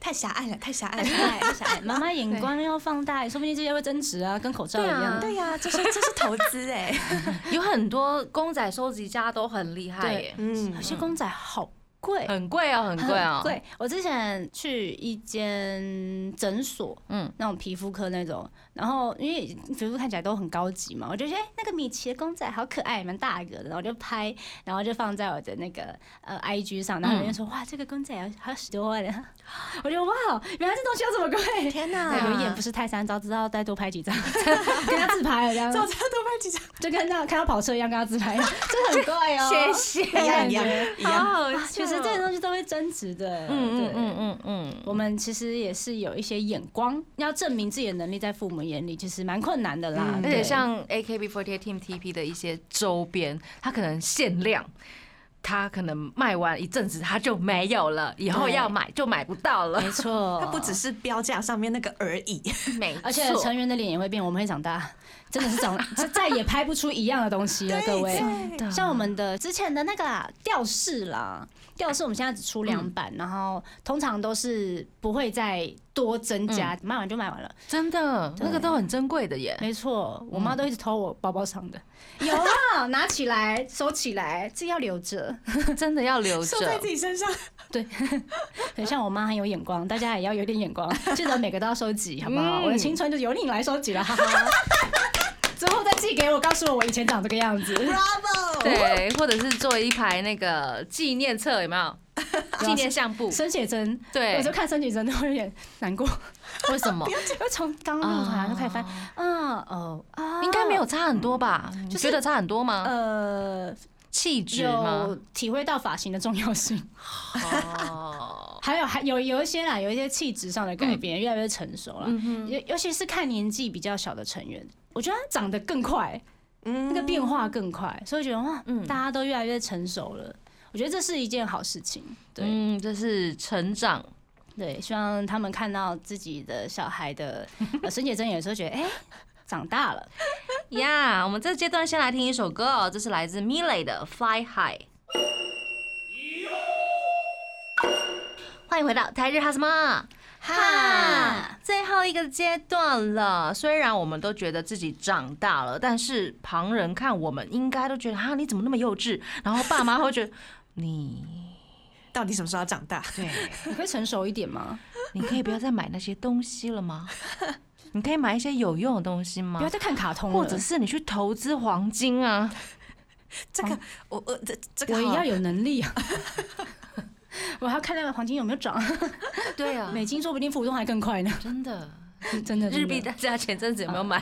S4: 太狭隘了，太狭隘
S3: 小
S4: 了。
S3: 爱小爱，妈妈眼光要放大，说不定这些会增值啊，跟口罩一 样。
S4: 对呀、这是这是投资哎、
S3: 欸
S2: 有很多公仔收集家都很厉害耶，
S4: 嗯
S3: 有， 些公仔好贵，
S2: 很贵哦，很贵哦，
S3: 很贵。我之前去一间诊所，
S2: 嗯
S3: 嗯，那种皮肤科那种，然后因为皮肤看起来都很高级嘛，我就觉得哎、那个米奇的公仔好可爱，蛮大一个的，然后我就拍，然后就放在我的那个呃 IG 上，然后有人说、哇，这个公仔要好十多万啊， 我就哇，原来这东西要这么贵。
S4: 天
S3: 对
S4: 哪，
S3: 有眼不识泰山，早知道再多拍几张， 跟他自拍了这样
S4: 早，知道多买几张，
S3: 就跟那看到跑车一样跟他自拍，这很贵 哦。
S2: 谢
S4: 一样一样一样。
S2: 好
S3: 啊确实这些东西都会增值的。
S2: 嗯
S3: 对
S2: 嗯嗯嗯嗯，
S3: 我们其实也是有一些眼光，要证明自己的能力在父母眼里其实蛮困难的啦。
S4: 嗯
S2: 而
S3: 对
S2: 且像 AKB48 Team TP 的一些周边，它可能限量。它可能卖完一阵子，它就没有了，以后
S3: 对
S2: 要买就买不到了。
S3: 没 错，
S4: 它不只是标价上面那个而已，
S2: 没错，
S3: 而且成员的脸也会变，我们会长大，真的是长，再再也拍不出一样的东西了，各位。
S2: 的
S3: 像我们的之前的那个啊吊饰啦，吊饰我们现在只出两版，然后通常都是不会再多增加，卖完就卖完了。
S2: 真的那个都很珍贵的耶。
S3: 没错，我妈都一直偷我包包上的，有啊，拿起来收起来，自己要留着。
S2: 真的要 留
S4: 收在
S2: 着
S4: 自。己身上，
S3: 对，像我妈很有眼光，大家也要有点 眼光，记得每个都要收集，好不好？
S2: 嗯
S3: 我的青春就由你来收集了，哈哈。 之后再寄给我，告诉我我以前长这个样 子。
S2: 对，或者是做一排那个纪念册，有没有？纪念相簿。
S3: 申雪珍，
S2: 对
S3: 我就，看申雪珍都有点难过，
S2: 为什 么？
S3: 我从刚入团就开始翻，嗯哦啊，
S2: 应该没有差很多吧？你
S3: 就是
S2: 觉得差很多吗？
S3: 呃
S2: 气质
S3: 有
S2: 吗？
S3: 体会到发型的重要性，
S2: 哦，嗯
S3: 还有还有有一些啦，有一些气质上的改变，越来越成熟了，尤尤其是看年纪比较小的成员，我觉得他长得更快。
S4: 嗯
S3: 那个变化更快，所以觉得哇
S2: 嗯，
S3: 大家都越来越成熟了。我觉得这是一件好事情，对、
S2: 嗯，这是成长。
S3: 对，希望他们看到自己的小 孩的呃沈姐真有时候觉得，哎、长大了，
S2: 呀我们这阶段先来听一首歌哦，这是来自 Miley 的《Fly High》。欢迎回到台日哈什么哈
S3: 哈？
S2: 最后一个阶段了。虽然我们都觉得自己长大了，但是旁人 看我们应该都觉得哈，你怎么那么幼稚？然后爸妈会觉得你
S4: 到底什么时候要长大？
S2: 对，
S3: 你可以成熟一点 吗？
S2: 你可以不要再买那些东西了吗？ 你可以买一些有用的东西吗
S3: 不要？再看卡通了，
S2: 或者是你去投资黄金啊？
S4: 这个 我我这这个
S3: 我也
S4: 好
S3: 要有能力啊！ 我还要看那个黄金有没有涨，
S2: 对啊，
S3: 美金说不定浮动还更快呢。
S2: 真的。
S3: 真的，
S2: 日
S3: 真
S2: 币
S3: 的
S2: 大家前阵子有没有买？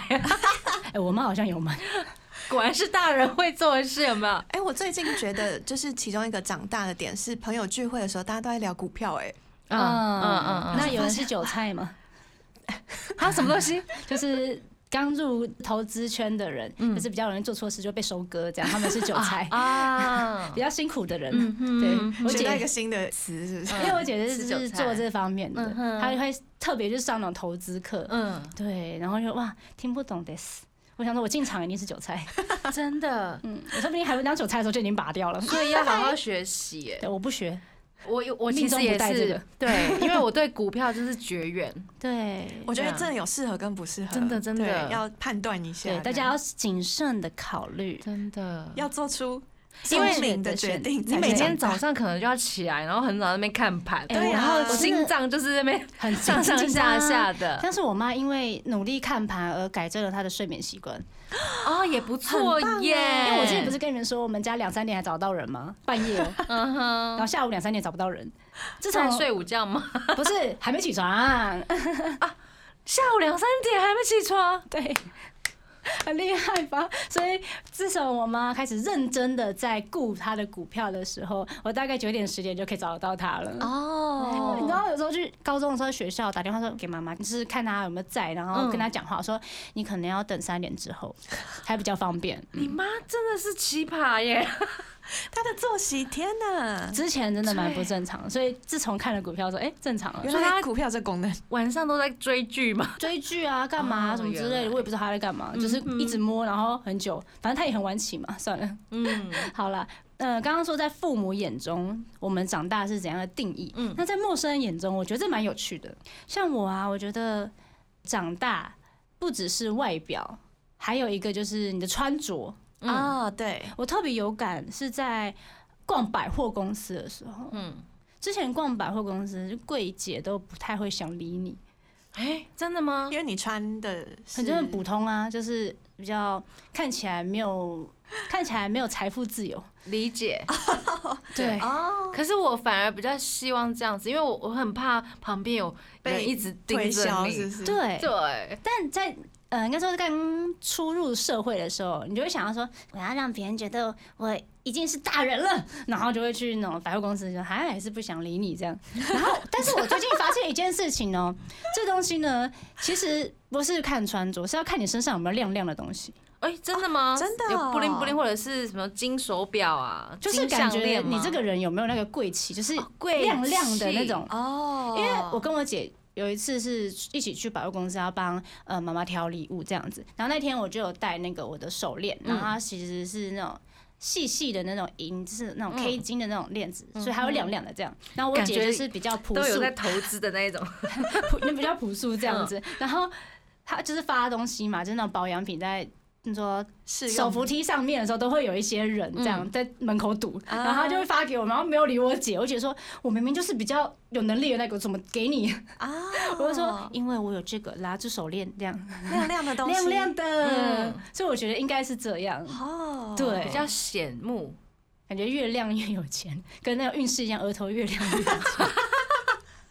S3: 哎、我妈好像有买，
S2: 果然是大人会做的事，有没有？
S4: 哎、我最近觉得就是其中一个长大的点是，朋友聚会的时候大家都在聊股票、哎，
S2: 嗯嗯嗯
S3: 那有人是韭菜 吗？
S2: 嗯，还有什么东西？
S3: 就是刚入投资圈的人，就是比较容易做错事就被收割，这样他们是韭 菜，
S2: 啊
S3: 比，较辛苦的 人。
S2: 嗯哼
S3: 对，我
S4: 学到一
S3: 姐
S4: 个，新的词是不是？
S3: 因为我姐
S2: 吃
S3: 是
S2: 韭
S3: 就
S2: 菜
S3: 是做这方面的
S2: 嗯，哼
S3: 她会特别去上那种投资课，
S2: 嗯，
S3: 对，然后就哇听不懂 this。我想说，我进场一定是韭菜，
S2: 真的，
S3: 嗯，我说不定还没当韭菜的时候就已经拔掉了。
S2: 所以要好好学习耶。
S3: 对，我不学，
S2: 我有，我其实
S3: 命中
S2: 也
S3: 不带这
S2: 是
S3: 个
S2: 对，因为我对股票就是绝缘。
S3: 对
S4: 我觉得
S2: 对啊
S4: 真的有适合跟不适合，
S2: 真的真的
S4: 对要判断一下这
S3: 对，
S4: 样，
S3: 大家要谨慎的考虑。
S2: 真的，
S4: 要做出
S3: 因为
S4: 聪明的决定。
S2: 你每天早，上可能就要起来，然后很早在那边看盘，
S3: 哎
S4: 对啊
S2: 然
S4: 我
S2: 后
S4: 真的
S2: 心脏就是在那边
S3: 很
S2: 上上下下。 的，
S3: 但是我妈因为努力看盘而改正了她的睡眠习惯。
S2: 哦，也不错耶。
S3: 因为我之前不是跟你们说，我们家两三点还找到人吗？半夜哦，
S2: 嗯
S3: 然
S2: 哼，
S3: 后下午两三点找不到人，自
S2: 在
S3: 从
S2: 睡午觉吗？
S3: 不是还没 起床，啊
S2: 下午两三点还没起床，
S3: 对。很厉害吧？所以自从我妈开始认真的在顾她的股票的时候，我大概九点十点就可以找得到她了。
S2: 哦
S3: 你知道有时候去高中的时候，学校打电话说给妈妈，就是看她有没有在，然后跟她讲话，说你可能要等三点之后才比较方便。
S2: 你妈真的是奇葩耶！
S4: 他的作息，天哪！
S3: 之前真的蛮不正常，所以自从看了股票说，哎、正常了。
S4: 原来股票这功能，
S2: 晚上都在追剧嘛，
S3: 追剧啊，干嘛、啊、
S2: 哦
S3: 什么之
S2: 原
S3: 类
S2: 来
S3: 的，我也不知道她在干嘛，就是一直摸，然后很久，反正她也很晚起嘛，算了，
S2: 嗯，
S3: 好了。呃，刚刚说在父母眼中，我们长大是怎样的定义？
S2: 嗯
S3: 嗯，那在陌生人眼中，我觉得这蛮有趣的。像我啊，我觉得长大不只是外表，还有一个就是你的穿着。
S2: 啊，
S4: 啊，对，
S3: 我特别有感是在逛百货公司的时候，
S2: 嗯，
S3: 之前逛百货公司，就柜姐都不太会想理你，
S2: 哎，真的吗？
S4: 因为你穿的
S3: 很就很普通啊，就是比较看起来没有看起来没有财富自由，
S2: 理解，
S3: 对，
S4: 哦，
S2: 啊可是我反而比较希望这样子，因为我我很怕旁边有人
S4: 被
S2: 一直盯
S4: 推
S2: 着
S4: 销
S2: 你
S4: 是不，是？
S3: 对，
S2: 对，
S3: 但在呃，应该说是刚出入社会的时候，你就会想要说，我要让别人觉得我已经是大人了，然后就会去那种百货公司，就还还是不想理你 这样。然后，但是我最近发现一件事情哦、这东西呢，其实不是看穿着，是要看你身上有没有亮亮的东西，
S2: 哎，真的吗？
S4: 真的
S2: 有
S4: 哦
S2: 布灵布灵或者是什么金手表啊，
S3: 就是
S2: 金
S3: 感
S2: 项
S3: 觉
S2: 链吗
S3: 你这个人有没有那个贵气，就是
S2: 哦贵
S3: 亮亮的那
S2: 气
S3: 种。
S4: 哦，
S3: 因为我跟我姐有一次是一起去百货公司要帮呃妈妈挑礼物这样子，然后那天我就有戴那个我的手链，然
S2: 嗯
S3: 后它其实是那种。细细的那种银，就是那种 K 金的那种链子，所以还会亮亮的这样。然后我
S2: 嗯感觉
S3: 姐就是比较朴
S2: 都有
S3: 素
S2: 在，嗯投资的那一 种，
S3: 朴那比较朴素这样子。然后她就是发东西嘛，就是那种保养品，在你说
S4: 是
S3: 手扶梯上面的时候，都会有一些人这
S2: 嗯
S3: 样在门口堵，
S2: 啊
S3: 然后她就会发给我，然后没有理我姐。我姐说：“我明明就是比较有能力的那个，怎么给你？”
S4: 啊，
S3: 我就说，因为我有这个拉住手链这样
S4: 亮亮的东西，
S3: 亮亮的
S2: 嗯，
S3: 所以我觉得应该是这样。
S4: 哦，
S3: 对
S2: 比较显目。
S3: 感觉越亮越有钱，跟那个运势一样，额头越亮越 有钱。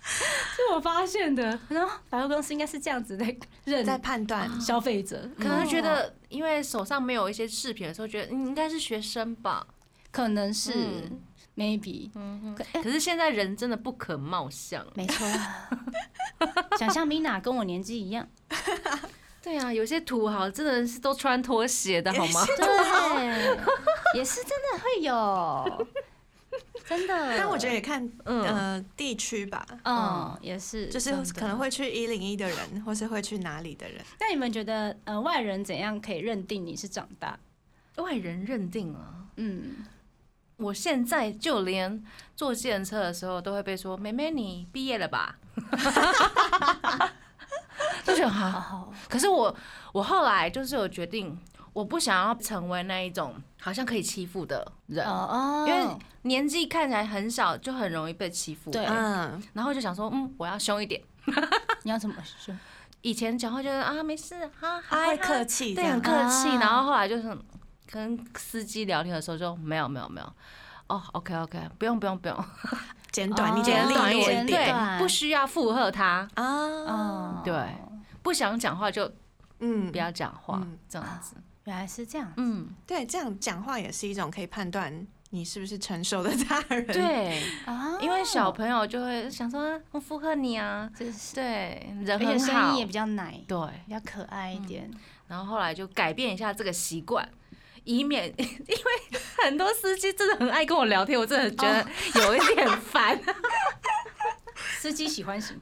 S3: 是我发现 的，然后百货公司应该是这样子嗯在认
S4: 在判断，
S3: 消费者，嗯
S2: 可能觉得，因为手上没有一些饰品的时候，觉得嗯你应该是学生吧。
S3: 可能是
S2: 嗯
S3: maybe，可哎
S2: 可是现在人真的不可貌相。
S3: 没 错，想象 Mina 跟我年纪一样，
S2: 对啊，有些土豪真的是都穿拖鞋的好 吗？
S3: 对，也是真的会有，真的。
S4: 但我觉得也看
S2: 嗯，
S4: 呃地区吧，
S3: 嗯，也是，
S4: 就是可能会去一零一的人，或是会去哪里的人，
S3: 那你们觉得，呃，外人怎样可以认定你是长大？
S2: 外人认定啊。
S3: 嗯，
S2: 我现在就连坐计程车的时候都会被说：“妹妹，你毕业了吧？” 就觉得好。
S3: 哦，
S2: 可是我我后来就是有决定，我不想要成为那一种好像可以欺负的人，
S3: 哦，
S2: 因为年纪看起来很小，就很容易被欺负。
S3: 对
S4: 嗯，
S2: 然后就想说，嗯，我要凶一点。
S3: 你要怎么说？
S2: 以前讲话就是啊，没事，哈，
S4: 他
S2: 还
S4: 会客气这
S2: 对，
S4: 样
S2: 很
S4: 子，
S2: 客气。
S3: 啊
S2: 然后后来就是跟司机聊天的时候就没有没有没有，哦，OK OK，不用不用不用，
S4: 简短，你
S3: 哦
S4: 觉得
S3: 简短
S4: 哦利
S3: 一
S4: 落
S3: 点
S4: 一
S3: 对
S4: 点
S2: 对，不需要附和他，
S4: 啊，
S3: 哦，
S2: 对，不想讲话就
S4: 嗯
S2: 不，要讲话
S4: 嗯，
S2: 这样子。
S3: 原来是这样。
S2: 嗯，
S4: 对，这样讲话也是一种可以判断你是不是成熟的大人。，
S2: 对，
S3: 啊，
S2: 因为小朋友就会想说啊我附和你啊，
S3: 这是，
S2: 对，
S3: 而
S2: 人
S3: 且嗯
S2: 很
S3: 声
S2: 好
S3: 音也，比较奶，
S2: 对。
S3: 比较可爱一点。
S2: 然后后来就改变一下这个习惯。以免， 因为很多司机真的很爱跟我聊天，我真的觉
S4: 哦
S2: 得有一点烦。
S3: 司机喜欢型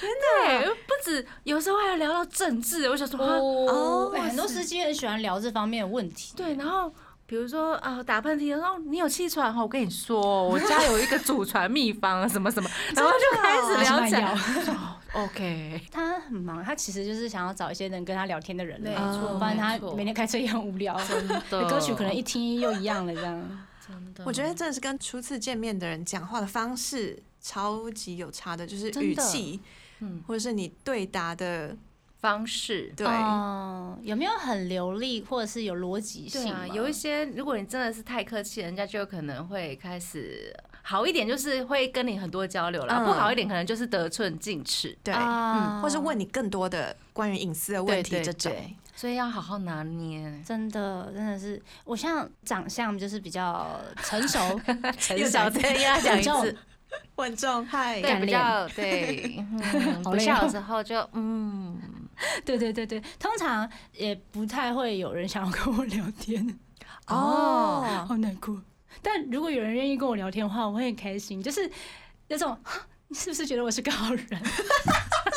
S2: 对，不止有时候还聊到政治，我想说，啊
S3: 嗯哦
S4: 哦，
S3: 哎很多司机很喜欢聊这方面的问题。
S2: 对，然后比如说啊，打喷嚏，然后你有气喘哦，我跟你说，我家有一个祖传秘方，啊什么什么，然后就开
S3: 哦
S2: 始聊起来。OK，哦
S3: 他很忙，他其实就是想要找一些能跟他聊天的人啊
S2: 没
S3: 来
S4: 错
S3: 不然他
S2: 哦没错
S3: 每天开车也很无聊，
S2: 的
S3: 歌曲可能一听又一样了这样。
S2: 真的，
S4: 我觉得真的是跟初次见面的人讲话的方式超级有差的，就是
S2: 真
S4: 语
S2: 的
S4: 气，
S2: 嗯
S4: 或者是你对答的
S2: 方式。
S4: 对，
S3: 哦，有没有很流利或者是有逻辑
S2: 对
S3: 性
S2: 啊，
S3: 吗？
S2: 有一些，如果你真的是太客气，人家就有可能会开始好一点，就是会跟你很多交流啦；
S4: 嗯
S2: 不好一点，可能就是得寸进尺。
S4: 对，
S3: 啊
S4: 或是问你更多的关于隐私的问题
S2: 哦对
S4: 这
S2: 对
S4: 种。
S2: 对，所以要好好拿捏。
S3: 真的真的是，我像长相就是比较成熟，
S2: 陈
S4: 又
S2: 小
S4: 讲
S2: 姐要讲一
S3: 这种
S2: 次，
S4: 问众嗨，
S2: 对，
S3: 干
S2: 比
S3: 练
S2: 较对，嗯
S3: 好
S2: 不
S3: 累
S2: 笑
S3: 哦
S2: 的时候就嗯，
S3: 对对对对，通常也不太会有人想要跟我聊天，
S1: 어.
S4: 哦，
S3: 好难过。但如果有人愿意跟我聊天的话，我会很开心，就是有种 啊你是不是觉得我是个好人？因 为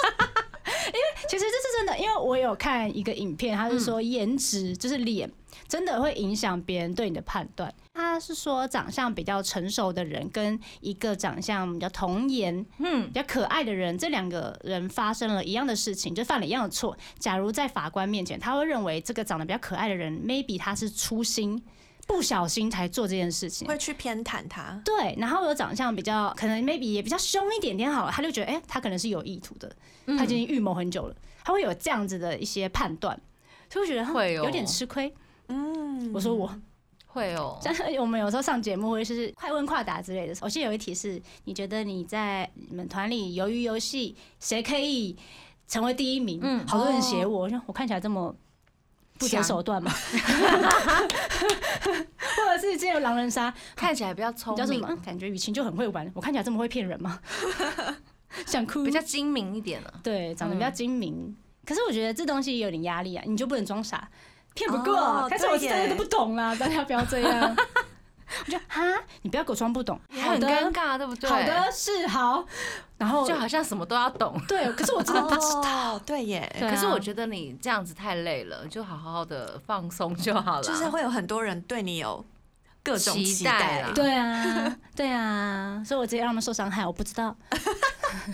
S3: 其实这是真的，因为我有看一个影片，他是说颜值、就是脸真的会影响别人对你的判断。他是说长相比较成熟的人跟一个长相比较童颜
S2: 嗯
S3: 比，较可爱的人，这两个人发生了一样的事情，就犯了一样的错。假如在法官面前，他会认为这个长得比较可爱的人，maybe 他是粗心、不小心才做这件事情。
S4: 会去偏袒他，
S3: 对，然后有长相比较可能 maybe 也比较凶一点点好了，他就觉得哎、诶他可能是有意图的，他已经预谋很久了，他会有这样子的一些判断，所以我觉得哼
S2: 会哦
S3: 有点吃亏。
S4: 嗯，
S3: 我说我，
S2: 会哦，
S3: 像我们有时候上节目或者是快问快答之类的，我记得有一题是，你觉得你在你们团里鱿鱼游戏谁可以成为第一名？
S2: 嗯
S3: 好多人写我，我说我看起来这么不择
S2: 强
S3: 手段嘛， 或者是之前有狼人杀，
S2: 看起来比较聪
S3: 你叫什
S2: 哦明
S3: 么，？感觉雨晴就很会玩，我看起来这么会骗人吗？ 想哭
S2: 比，较精明一点了。
S3: 对，长得比较精明。可是我觉得这东西有点压力啊，你就不能装傻，骗不过、
S4: 哦
S3: 但是我
S4: 对
S3: 是
S4: 耶
S3: 真的不懂啦，大家不要这样。 我就哈，你不要给我装不懂。好
S2: 很尴
S3: 的，
S2: 尬，对不对？
S3: 好的，是好。然后
S2: 就好像什么都要懂。
S3: 对，可是我真的不知道。
S4: 哦，对耶，
S3: 对啊
S2: 可是 我觉得你这样子太累了，就好好的放松就好了。
S4: 就是会有很多人对你有各种
S2: 期
S4: 期
S2: 待啦
S3: 对啊，对啊，所以我直接让他们受伤害，我不知道，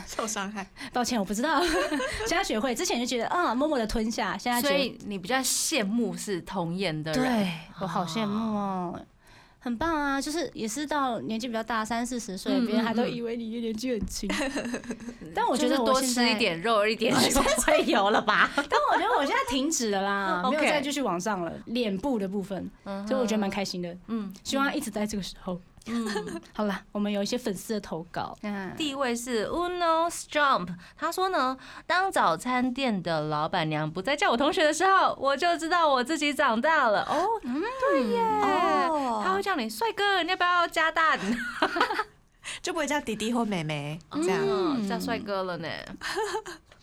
S4: 受伤害，
S3: 抱歉，我不知道。 现在学会，之前就觉得啊，默默的吞下，现在觉
S2: 所
S3: 得
S2: 以你比较羡慕是童颜的人，
S3: 对我好羡慕哦，很棒啊！就是也是到年纪比较大，三四十岁，
S2: 嗯
S3: 别人还都
S2: 嗯嗯
S3: 以为你年纪很 轻。但我觉
S2: 就是
S3: 得我
S2: 多
S3: 现
S2: 吃
S3: 在
S2: 一，点肉一 点就会有了吧。
S3: 但 我觉得我现在停止了啦， 没有
S2: OK
S3: 再继续往上了。脸部的部分，
S2: 嗯哼
S3: 所以我觉得蛮开心的，
S2: 嗯，
S3: 希望一直在这个时候。嗯，好啦，我们有一些粉丝的投稿，嗯，
S2: 第一位是 Uno Strump，他说呢，当早餐店的老板娘不再叫我同学的时候，我就知道我自己长大了。哦，对耶，他会
S4: 哦，
S2: 叫你帅哥，你要不要加蛋？
S4: 就不会叫弟弟或妹妹这样，
S2: 嗯，叫帅哥了呢。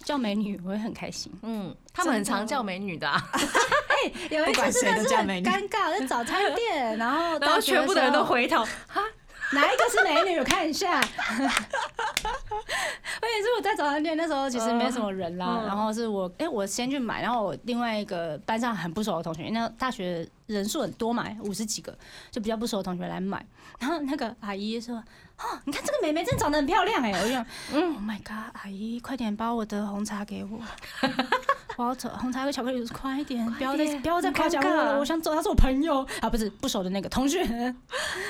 S3: 叫美女，我会很开心。
S2: 嗯，他们很常叫美女的啊、
S3: 有
S4: 不
S3: 一
S4: 管
S3: 次
S4: 谁
S3: 真
S4: 都
S3: 的是
S4: 叫
S3: 很
S4: 美女
S3: 尴尬，在早餐店， 然后
S2: 然后
S3: 到学
S2: 全部的人哦
S3: 时
S2: 都
S3: 候
S2: 回头。
S3: 哪一个是美 女？我看一下。而且是我在早餐店那时候，其实没什么人啦。
S2: 嗯
S3: 然后是我，哎、我先去买，然后我另外一个班上很不熟的同学，因为那大学人数很多嘛，五十几个，就比较不熟的同学来买。然后那个阿姨说：“哦，你看这个妹妹真的长得很漂亮哎、我就想，嗯，Oh my god，阿姨，快点把我的红茶给我。 我要走，红茶跟巧克力，快一点，不要
S2: 点
S3: 再不要再
S2: 很
S3: 夸奖我
S2: 尴尬
S3: 了，我想走，他是我朋友啊，不是不熟的那个同学，
S1: 어,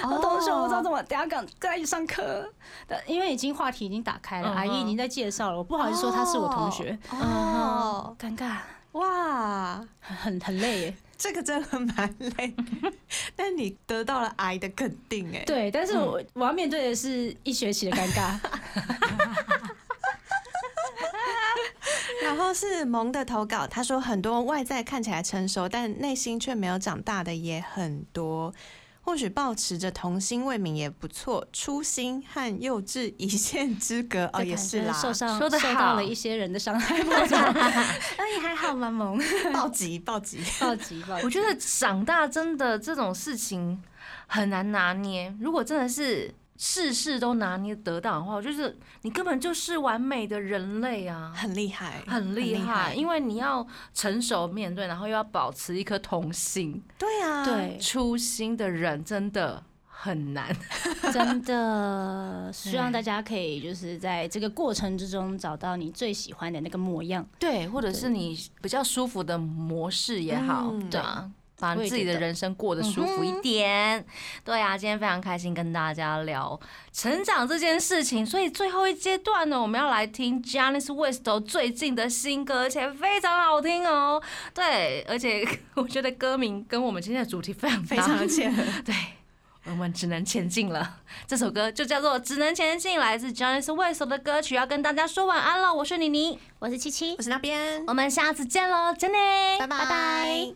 S3: 我同学，我不知道怎么，等下赶赶紧上课，哦但因为已经话题已经打开了，
S2: 嗯
S3: 阿姨已经在介绍了，我不好意思说他是我同学，
S4: 哦，
S3: 尴尬，
S4: 哇，
S3: 很很很累耶。
S4: 这个真的蛮累，但你得到了癌的肯定哎，，
S3: 对，但是我我要面对的是一学期的尴 尬，
S4: 然后是萌的投稿，他说很多外在看起来成熟，但内心却没有长大的也很多。或许保持着童心未泯也不错，初心和幼稚一线之隔 哦，
S3: 对
S4: 也
S3: 感
S4: 是
S3: 觉
S4: 啦，
S3: 受伤
S2: 说得
S3: 受到
S2: 好
S3: 了一些人的伤害，不知道哎，还好蛮萌，
S4: 暴击暴击，
S3: 暴击暴 击
S2: 我觉得长大真的这种事情很难拿捏。如果真的是事事都拿捏得当的话，我就是你根本就是完美的人类啊，
S4: 很厉害，
S2: 很厉害。因为
S4: 为
S2: 你要成熟面对，然后又要保持一颗童心、
S4: 对啊，
S3: 对，
S2: 初心的人，真的很难。
S3: 真 的，希望大家可以就是在这个过程之中找到你最喜欢的那个模样。
S2: 对，或者是你比较舒服的模式也好，
S4: 嗯
S2: 对啊。把
S3: 我也
S2: 自己
S3: 觉
S2: 的
S3: 得
S2: 人生过得舒服一点，对啊，今天非常开心跟大家聊成长这件事情，所以最后一阶段呢，我们要来听 Janice West 哦最近的新歌，而且非常好听哦。对，而且 我觉得歌名跟我们今天的主题非常
S4: 非
S2: 搭
S4: 常 切 合。
S2: 对，我们只能前进了。这首歌就叫做《只能前进》，来自 Janice West 的歌曲，要跟大家说晚安了。我是妮妮，
S3: 我是七七，
S4: 我是那边，
S2: 我们下次见喽，真的，
S4: 拜拜。